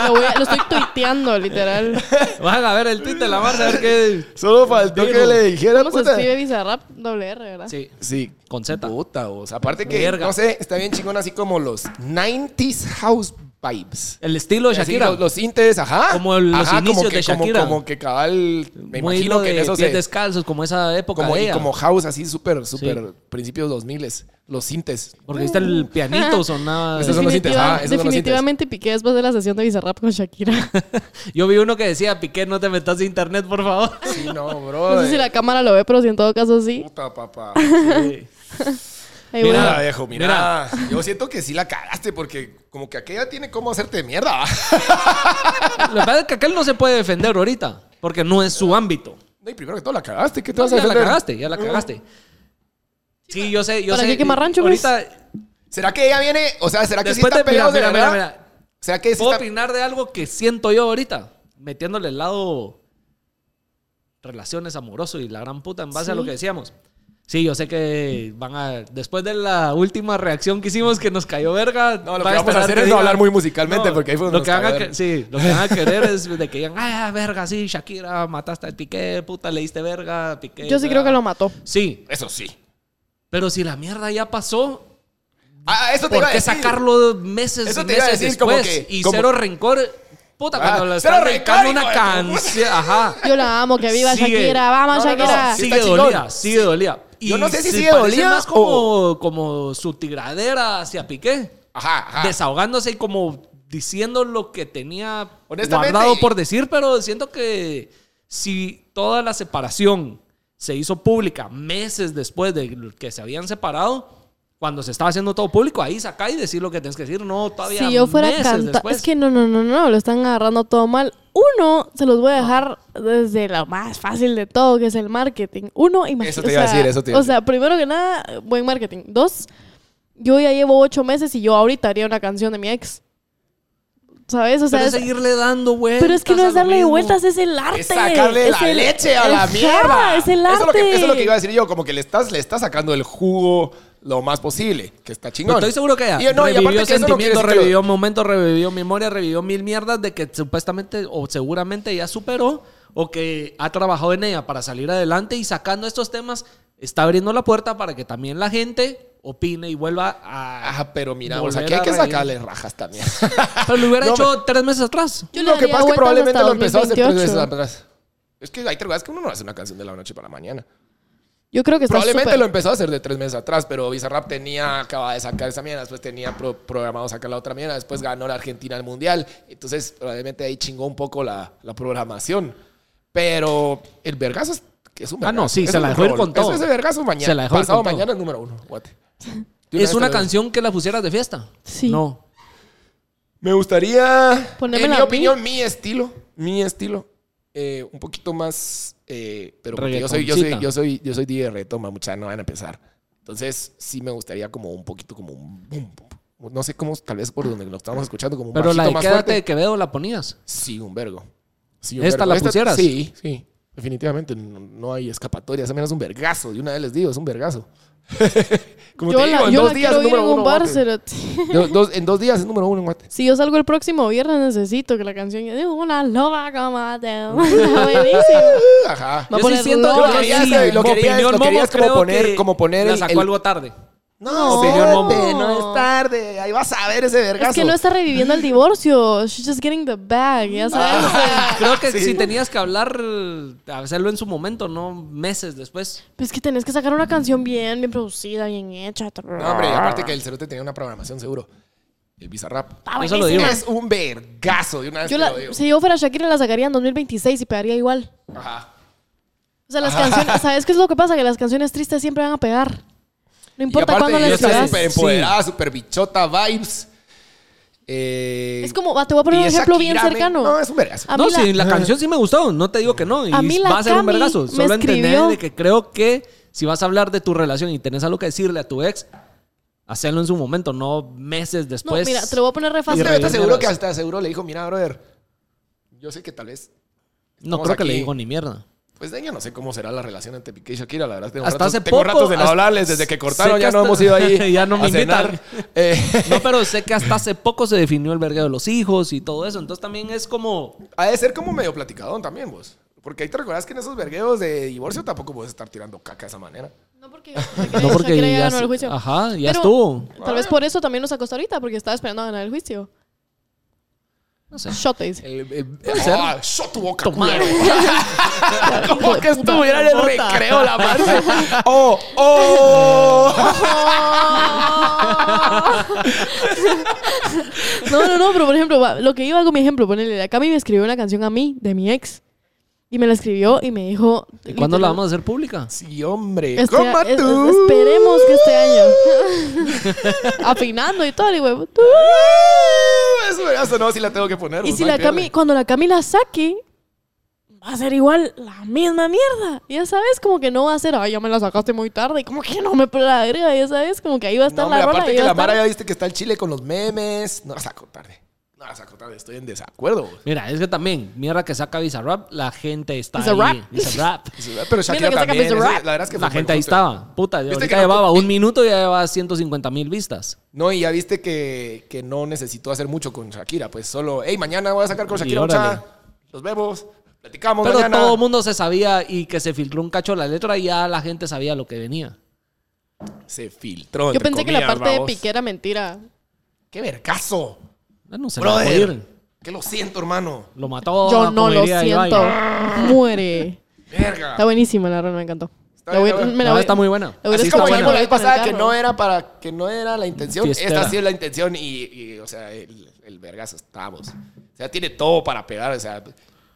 Lo, voy a- lo estoy tuiteando, literal.
Van a ver el tweet de la Marcia, a ver qué.
Solo faltó que le dijera,
¿Cómo se
puta.
escribe Bizarrap? Doble R, ¿verdad?
Sí,
Sí.
con Z.
Puta, vos. Aparte que,
Verga.
no sé, está bien chingón así como los 90s house vibes.
El estilo de
Así
Shakira.
los, los sintes, ajá.
Como los
Ajá,
inicios
que,
de
como-
Shakira.
Como, que cabal, me
Muy
imagino
lo
que en
de
eso
pies
se...
descalzos, como esa época
Como,
de
y
ella.
como house así súper, súper principios 2000 los sintes.
Porque ahí está el pianito sonaba.
Esos son los
Definitiva-
sintes, ah, esos son los sintes.
definitivamente piqué después de la sesión de Bizarrap con Shakira.
Yo vi uno que decía, Piqué, no te metas a internet, por favor.
Sí, no, bro.
No sé si la cámara lo ve, pero si en todo caso sí.
Puta, papá.
Ahí
Mira,
voy.
Mira, viejo, mira. Yo siento que sí la cagaste porque como que aquella tiene cómo hacerte mierda.
Lo que pasa es que aquel no se puede defender ahorita, porque no es su ámbito.
No, y primero que todo la cagaste. ¿Qué te vas
ya
a
la
defender?
cagaste, ya la cagaste. Sí, yo sé, yo
¿Para
sé.
qué quemar rancho, pues?
ahorita,
¿Será que ella viene? O sea, ¿será que
después
sí
de
está
mira,
peleado de
mira, mira,
verdad?
mira.
¿Será que sí
Puedo
está...
opinar de algo que siento yo ahorita, metiéndole el lado relaciones amoroso y la gran puta en base a
Sí.
lo que decíamos. Sí, yo sé que van a. Después de la última reacción que hicimos que nos cayó verga.
No, lo
van
que vamos
esperar
a hacer
que
es no
digan-
hablar muy musicalmente
No,
porque ahí fue donde
lo que,
nos
van a
cagaron.
que- sí, lo que van a querer es de que digan, ah, verga, sí, Shakira, mataste al Piqué, puta, le diste verga, Piqué.
Yo sí creo que lo mató.
Sí,
Eso sí.
pero si la mierda ya pasó,
Ah, eso te
¿Por
iba a
qué
decir.
sacarlo meses
Eso
y
te iba a
meses
decir, como
después?
que-
y
como-
cero rencor. Puta,
Ah,
cuando le
cero
están
rencor,
dedicando
hijo
una
de tu
canción. Ajá.
Yo la amo, que viva
Sigue.
Shakira. Vamos,
No, no, no,
Shakira.
sí.
Sigue
está chingón.
dolida, sigue dolida. Y
Yo no sé si
se
sigue
parece
dolida
más como, como su tiradera hacia Piqué.
Ajá, ajá.
Desahogándose y como diciendo lo que tenía
Honestamente,
guardado
y-
por decir, pero siento que si toda la separación se hizo pública meses después de que se habían separado, Cuando se estaba haciendo todo público, ahí saca y decir lo que tienes que decir. No, todavía.
Si yo fuera
meses
cantante.
después.
Es que no, no, no, no, lo están agarrando todo mal. Uno, se los voy a dejar desde lo más fácil de todo, que es el marketing. Uno, imagínate.
Eso te iba a decir, eso te iba a
O sea, primero que nada, buen marketing. Dos, yo ya llevo ocho meses y yo ahorita haría una canción de mi ex. ¿Sabes? O sea,
Pero
es-
seguirle dando vueltas.
pero es que no
a
es
lo
darle
mismo.
vueltas, es el arte.
Es sacarle la
el-
leche a la
Ajá,
mierda.
Es el arte.
Eso, es lo que, eso es lo que iba a decir yo, como que le estás, le estás sacando el jugo lo más posible, que está chingón.
Pero estoy seguro que
Y yo,
ella
no, y
revivió
aparte que eso no quiere
sentimientos,
decir que lo-
revivió momentos, revivió memoria, revivió mil mierdas de que supuestamente o seguramente ya superó o que ha trabajado en ella para salir adelante y sacando estos temas está abriendo la puerta para que también la gente opine y vuelva a...
Ah, pero mira, o
Volver
sea, que
a
hay que
reír.
sacarle rajas también.
Pero lo hubiera
No,
hecho tres meses atrás.
Yo le
lo que
daría
pasa es que
vueltas
probablemente
hasta
lo empezó a hacer tres veces
2028.
atrás. Es que hay drogas que uno no hace una canción de la noche para la mañana.
Yo creo que está
Probablemente
súper-
lo em, empezó a hacer de tres meses atrás, pero Bizarrap tenía, acaba de sacar esa mierda, después tenía pro- programado sacar la otra mierda, después ganó la Argentina al Mundial. Entonces, probablemente ahí chingó un poco la, la programación. Pero el vergazo es, que es un
Ah, no,
vergazo.
sí,
Es
se
un
la dejó ir
número
con
uno.
todo.
Ese vergazo mañana.
Se la dejó ir
Pasado
con todo.
mañana es número uno, guate. De una
Es
vez
una
te lo digo.
canción que la pusieras de fiesta.
Sí.
No.
Me gustaría,
Ponémela
en mi
a mí.
opinión, mi estilo, mi estilo, eh, un poquito más, eh, pero porque yo soy, yo soy,
Reggaetoncita.
yo soy, yo soy DJ retoma, mucha, no van a empezar. Entonces sí me gustaría como un poquito como un boom, boom. no sé cómo, tal vez por donde lo estamos escuchando como un
Pero la
bajito
de
más
Quédate de
fuerte.
Quevedo la ponías.
Sí, un vergo. Sí,
¿Esta la pusieras?
Sí, sí. Definitivamente no, no hay escapatoria. Esa mierda es un vergazo. De una vez les digo, es un vergazo. Como
Yo
te digo,
la,
en
yo
dos
la
días
quiero
es
ir en
número
un
uno.
bar,
guate.
cerote.
Dos- dos- en dos días es número uno, en guate.
Si yo salgo el próximo viernes, necesito que la canción. Yo digo, una loba como te. Está buenísimo.
Ajá.
Va a
Yo sí
poner
siento
loba.
que
Lo querías,
sí,
eh, lo
mi
querías,
opinión,
lo querías
Momo,
como
creo
poner-
que
como poner
la
el-
sacó
el-
algo tarde.
No,
Opinión,
no,
Momo.
no es tarde. Ahí vas a ver ese vergazo.
Es que no está reviviendo el divorcio. She's just getting the bag, ya
Ah.
sabes. o sea.
Creo que si tenías que hablar, eh, hacerlo en su momento, no meses después.
Pero Pues es que tenés que sacar una canción bien, bien producida, bien hecha.
No, hombre, y
Ah.
aparte que el cerote tenía una programación seguro. El Bizarrap.
Está
Eso lo
buenísima.
digo.
Es un vergazo de una
Ah,
vez
Yo
te
la-
lo digo.
si yo fuera Shakira, la sacaría en 2026 y pegaría igual.
Ajá.
O sea, las canciones. ¿Sabes qué es lo que pasa? Que las canciones tristes siempre van a pegar. No
Y
importa
aparte,
cuándo
ella
le
está
escribas.
súper empoderada, súper bichota, vibes. Eh,
Es como, va, te voy a poner
y
un
es
ejemplo bien
Shakira, men.
cercano. Ah,
No, es un vergazo.
A
no,
mí la-
sí, la canción sí me gustó. No te digo que no. Y
A mí la
va a ser un
Cami
vergazo.
me
Solo entender
escribió-
de que creo que si vas a hablar de tu relación y tenés algo que decirle a tu ex, hacerlo en su momento, no meses
No,
después.
pues,
mira, te lo voy a poner re fácil.
Yo estoy seguro
rellenadas.
que hasta seguro le dijo, mira, brother, yo sé que tal vez...
No
Estamos
creo que le
aquí.
digo ni mierda.
Pues de ella no sé cómo será la relación entre Piqué y Shakira, la verdad. Tengo
Hasta
ratos,
hace
tengo
poco,
ratos de no
hasta-
hablarles, desde que cortaron
sé que
ya no
hasta-
hemos ido ahí
Ya no me
a cenar.
invitan.
Eh,
No, pero sé que hasta hace poco se definió el vergueo de los hijos y todo eso. Entonces también es como.
Ha de ser como medio platicadón también vos. Porque ahí te recordás que en esos vergueos de divorcio tampoco puedes estar tirando caca de esa manera.
No porque, Shakira-
No porque
Shakira ya
ya
ganó
se-
el juicio.
Ajá, ya
Pero
estuvo.
Tal vez por eso también nos acostó ahorita, porque estaba esperando a ganar el juicio.
No sé.
Yo te dice.
El, el,
ser.
¡Ah! ¡Shot tu boca,
Toma.
culero! Como que estuviera en el
Bota.
recreo la madre. ¡Oh! ¡Oh!
No, no, no, pero por ejemplo, va, lo que iba con mi ejemplo, ponele, la Cami me escribió una canción a mí, de mi ex. Y me la escribió y me dijo...
¿Y cuándo la
literal,
vamos a hacer pública?
Sí, hombre.
espera-
¡Coma
este es- es-
tú!
esperemos que este año. Afinando y todo, y huevo.
Uh, Eso vergazo, no, sí la tengo que poner.
Y
pues,
si
no hay
la Cami,
pierde.
cuando la Cami la saque, va a ser igual la misma mierda. Ya sabes, como que no va a ser, ay, ya me la sacaste muy tarde. Y como que no me pela la verga, ya sabes, como que ahí va a
No,
estar
hombre,
la rola.
aparte
ahí
que
va a
la
estar-
Mara ya viste que está el chile con los memes. No la saco tarde. No la saco tarde, estoy en desacuerdo. vos.
Mira, es que también, mierda que saca Bizarrap, la gente está
Bizarrap.
ahí. Bizarrap.
Pero Shakira
que saca
también.
Mr.
ese-
Rap.
la verdad es que
La
fue buen
gente ahí
junte.
estaba. Puta, ahorita
que no-
llevaba un minuto y ya llevaba 150 mil vistas.
No, y ya viste que, que no necesitó hacer mucho con Shakira. Pues solo, hey, mañana voy a sacar con
Y
Shakira.
órale.
mucha. Los vemos, platicamos
Pero
mañana.
todo el mundo se sabía y que se filtró un cacho la letra y ya la gente sabía lo que venía.
Se filtró.
Yo
entre
pensé que la
comillas,
parte de
babos.
Piqué era mentira.
¡Qué vergazo!
Ya No se la dejó
¡Brother!
ir.
Que lo siento, hermano.
Lo mató.
Yo
como
no lo
diría Ibai. ah.
siento. Muere.
¡Verga!
Está buenísima la rola, me encantó.
Ah. Está
La voy-
bien, está bien.
me la
No,
voy-
está muy buena.
la voy a
Así
escuchar
como
por
dijimos la
ahí
vez
con el
pasada que
carro.
no era para que no era la intención,
Fiestera.
esta sí es la intención y, y, o sea, el, el vergazo estamos. O sea, tiene todo para pegar, o sea,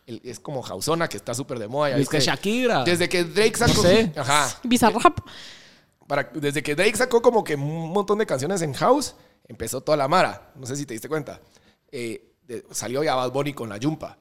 el- es como Jausona que está súper de moda. ya
Y es que
viste.
Shakira.
Desde que Drake sacó
sé.
Ajá.
Ah. Bizarrap.
Para, desde que Drake sacó como que un montón de canciones en house, empezó toda la mara. No sé si te diste cuenta. Eh, de- salió ya Bad Bunny con la Yumpa.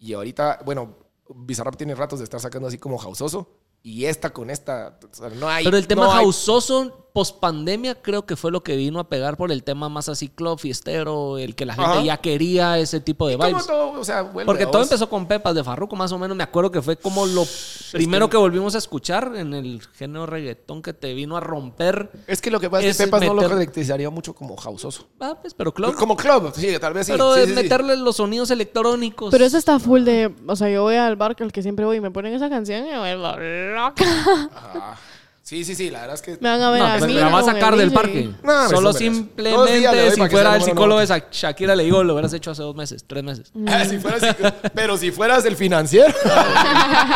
Y ahorita, bueno, Bizarrap tiene ratos de estar sacando así como houseoso. Y esta con esta, o sea, no hay...
Pero el tema
no hay-
houseoso post pandemia creo que fue lo que vino a pegar por el tema más así club fiestero, el que la gente
Ajá.
ya quería ese tipo de
Como
vibes.
todo, o sea, vuelve
Porque
a
todo
vos.
empezó con Pepas de Farruko, más o menos. Me acuerdo que fue como lo primero que volvimos a escuchar en el género reggaetón que te vino a romper.
Es que lo que pasa es, que
es
Pepas no lo
meter-
caracterizaría mucho como houseoso.
Ah, pues, pero club.
Como club, sí, tal vez sí.
pero
sí,
es
sí, sí.
meterle los sonidos electrónicos.
Pero eso está full de. O sea, yo voy al bar al que siempre voy y me ponen esa canción y me vuelvo loca.
Ajá. Sí, sí, sí, la verdad es que...
Me van a ver
No,
a
pues,
mí.
la va
con
a
el
sacar del
DJ.
parque.
No, hombre,
Solo
súper eso. Dos días le doy
simplemente
para
si fuera
que sea
el
número
psicólogo
uno.
de Sha- Shakira, le digo, lo hubieras hecho hace dos meses, tres meses.
Mm.
Ah, si fueras psico- pero si fueras el financiero.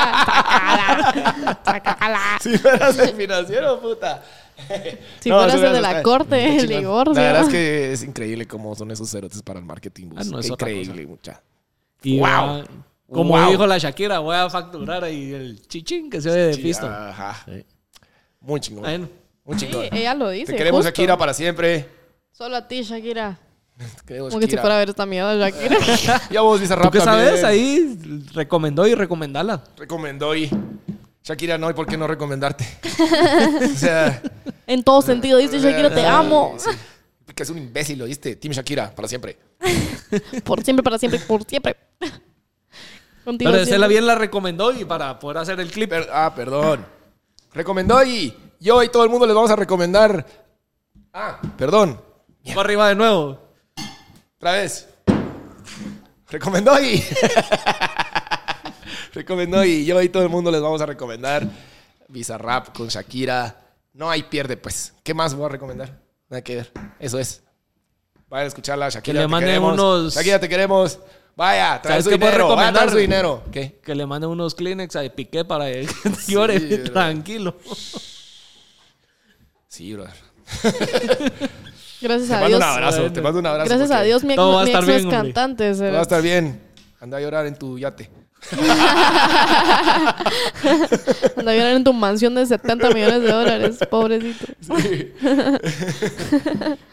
si fueras el financiero, puta.
Si
No,
fueras
eso
el de
era-
la corte,
Qué
el
chingón.
divorcio.
La verdad es que es increíble cómo son esos cerotes para el marketing. bus.
Ah, no, es
Qué
otra
increíble, mucha.
Y
Wow.
va- Como
Wow.
dijo la Shakira, voy a facturar ahí el chichín que se ve de pisto.
Ajá. Muy chingón.
Bueno.
Muy
eh, Sí,
chingón.
ella lo dice.
Te queremos,
justo.
Shakira, para siempre.
Solo a ti, Shakira.
Te queremos,
Como que si
Shakira.
fuera a ver esta mierda, Shakira.
Ya vos, Visa
¿Tú
Rap
qué
también.
sabes? Ahí recomendó y recomendala.
Recomendó y... Shakira, no, ¿y por qué no recomendarte? o sea...
en todo sentido, dice Shakira, te
Ay,
amo.
sí. Que es un imbécil, lo diste. Team Shakira, para siempre.
Por siempre, para siempre, por siempre. Contigo.
Pero se la
siempre.
bien la recomendó y para poder hacer el clip.
Per- ah, perdón. Recomendó y yo y todo el mundo les vamos a recomendar. Ah, perdón.
Fue arriba de nuevo.
Otra vez. Recomendó y. Recomendó y yo y todo el mundo les vamos a recomendar Bizarrap con Shakira. No hay pierde, pues. ¿Qué más voy a recomendar? Nada que ver. Eso es. Vayan a escucharla, Shakira.
le
te
manden
queremos.
unos-
Shakira, te queremos. Vaya, trae
¿Sabes
su
qué puedes
dinero. Vaya a traer
recomendar?
su dinero. ¿Qué?
Que le mande unos Kleenex a Piqué para que llore
bro.
tranquilo.
Sí, brother.
Gracias
Te
a
mando
Dios.
un abrazo. Te mando un abrazo.
Gracias a
porque
Dios, mi ex,
todo va a
mi
estar
ex no es
bien, hombre.
cantante.
todo
será.
Va a estar bien. Anda a llorar en tu yate.
Cuando vieran en tu mansión de 70 millones de dólares, pobrecito.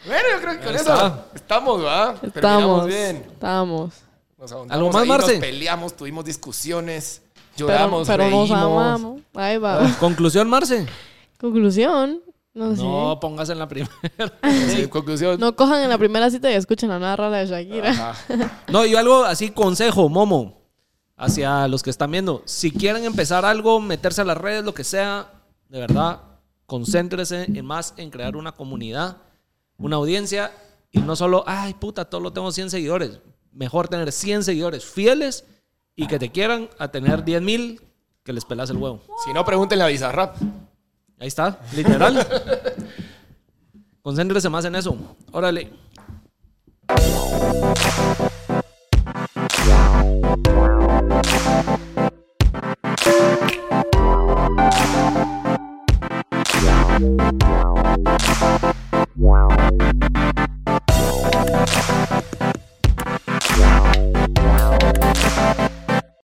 Bueno, yo creo que con
Ahí
eso
está.
estamos, ¿verdad? Terminamos
Estamos.
bien.
Estamos.
Nos ahondamos
¿Algo más,
ahí,
Marce?
Nos peleamos, tuvimos discusiones,
Pero,
lloramos,
pero
reímos.
nos amamos. Ahí va.
Conclusión, Marce.
Conclusión. No sé.
No pues- pongas en la primera.
Sí, en eh, conclusión.
No cojan en la primera cita y escuchen a nada rara de Shakira.
Ajá.
No, yo algo así, consejo, Momo, hacia los que están viendo. Si quieren empezar algo, meterse a las redes, lo que sea, de verdad, concéntrese en más en crear una comunidad, una audiencia, y no solo, ay, puta, todo lo tengo 100 seguidores. Mejor tener 100 seguidores fieles y que te quieran a tener 10 mil que les pelas el huevo.
Si no, pregúntenle a Bizarrap.
Ahí está, literal. Concéntrese más en eso. Órale.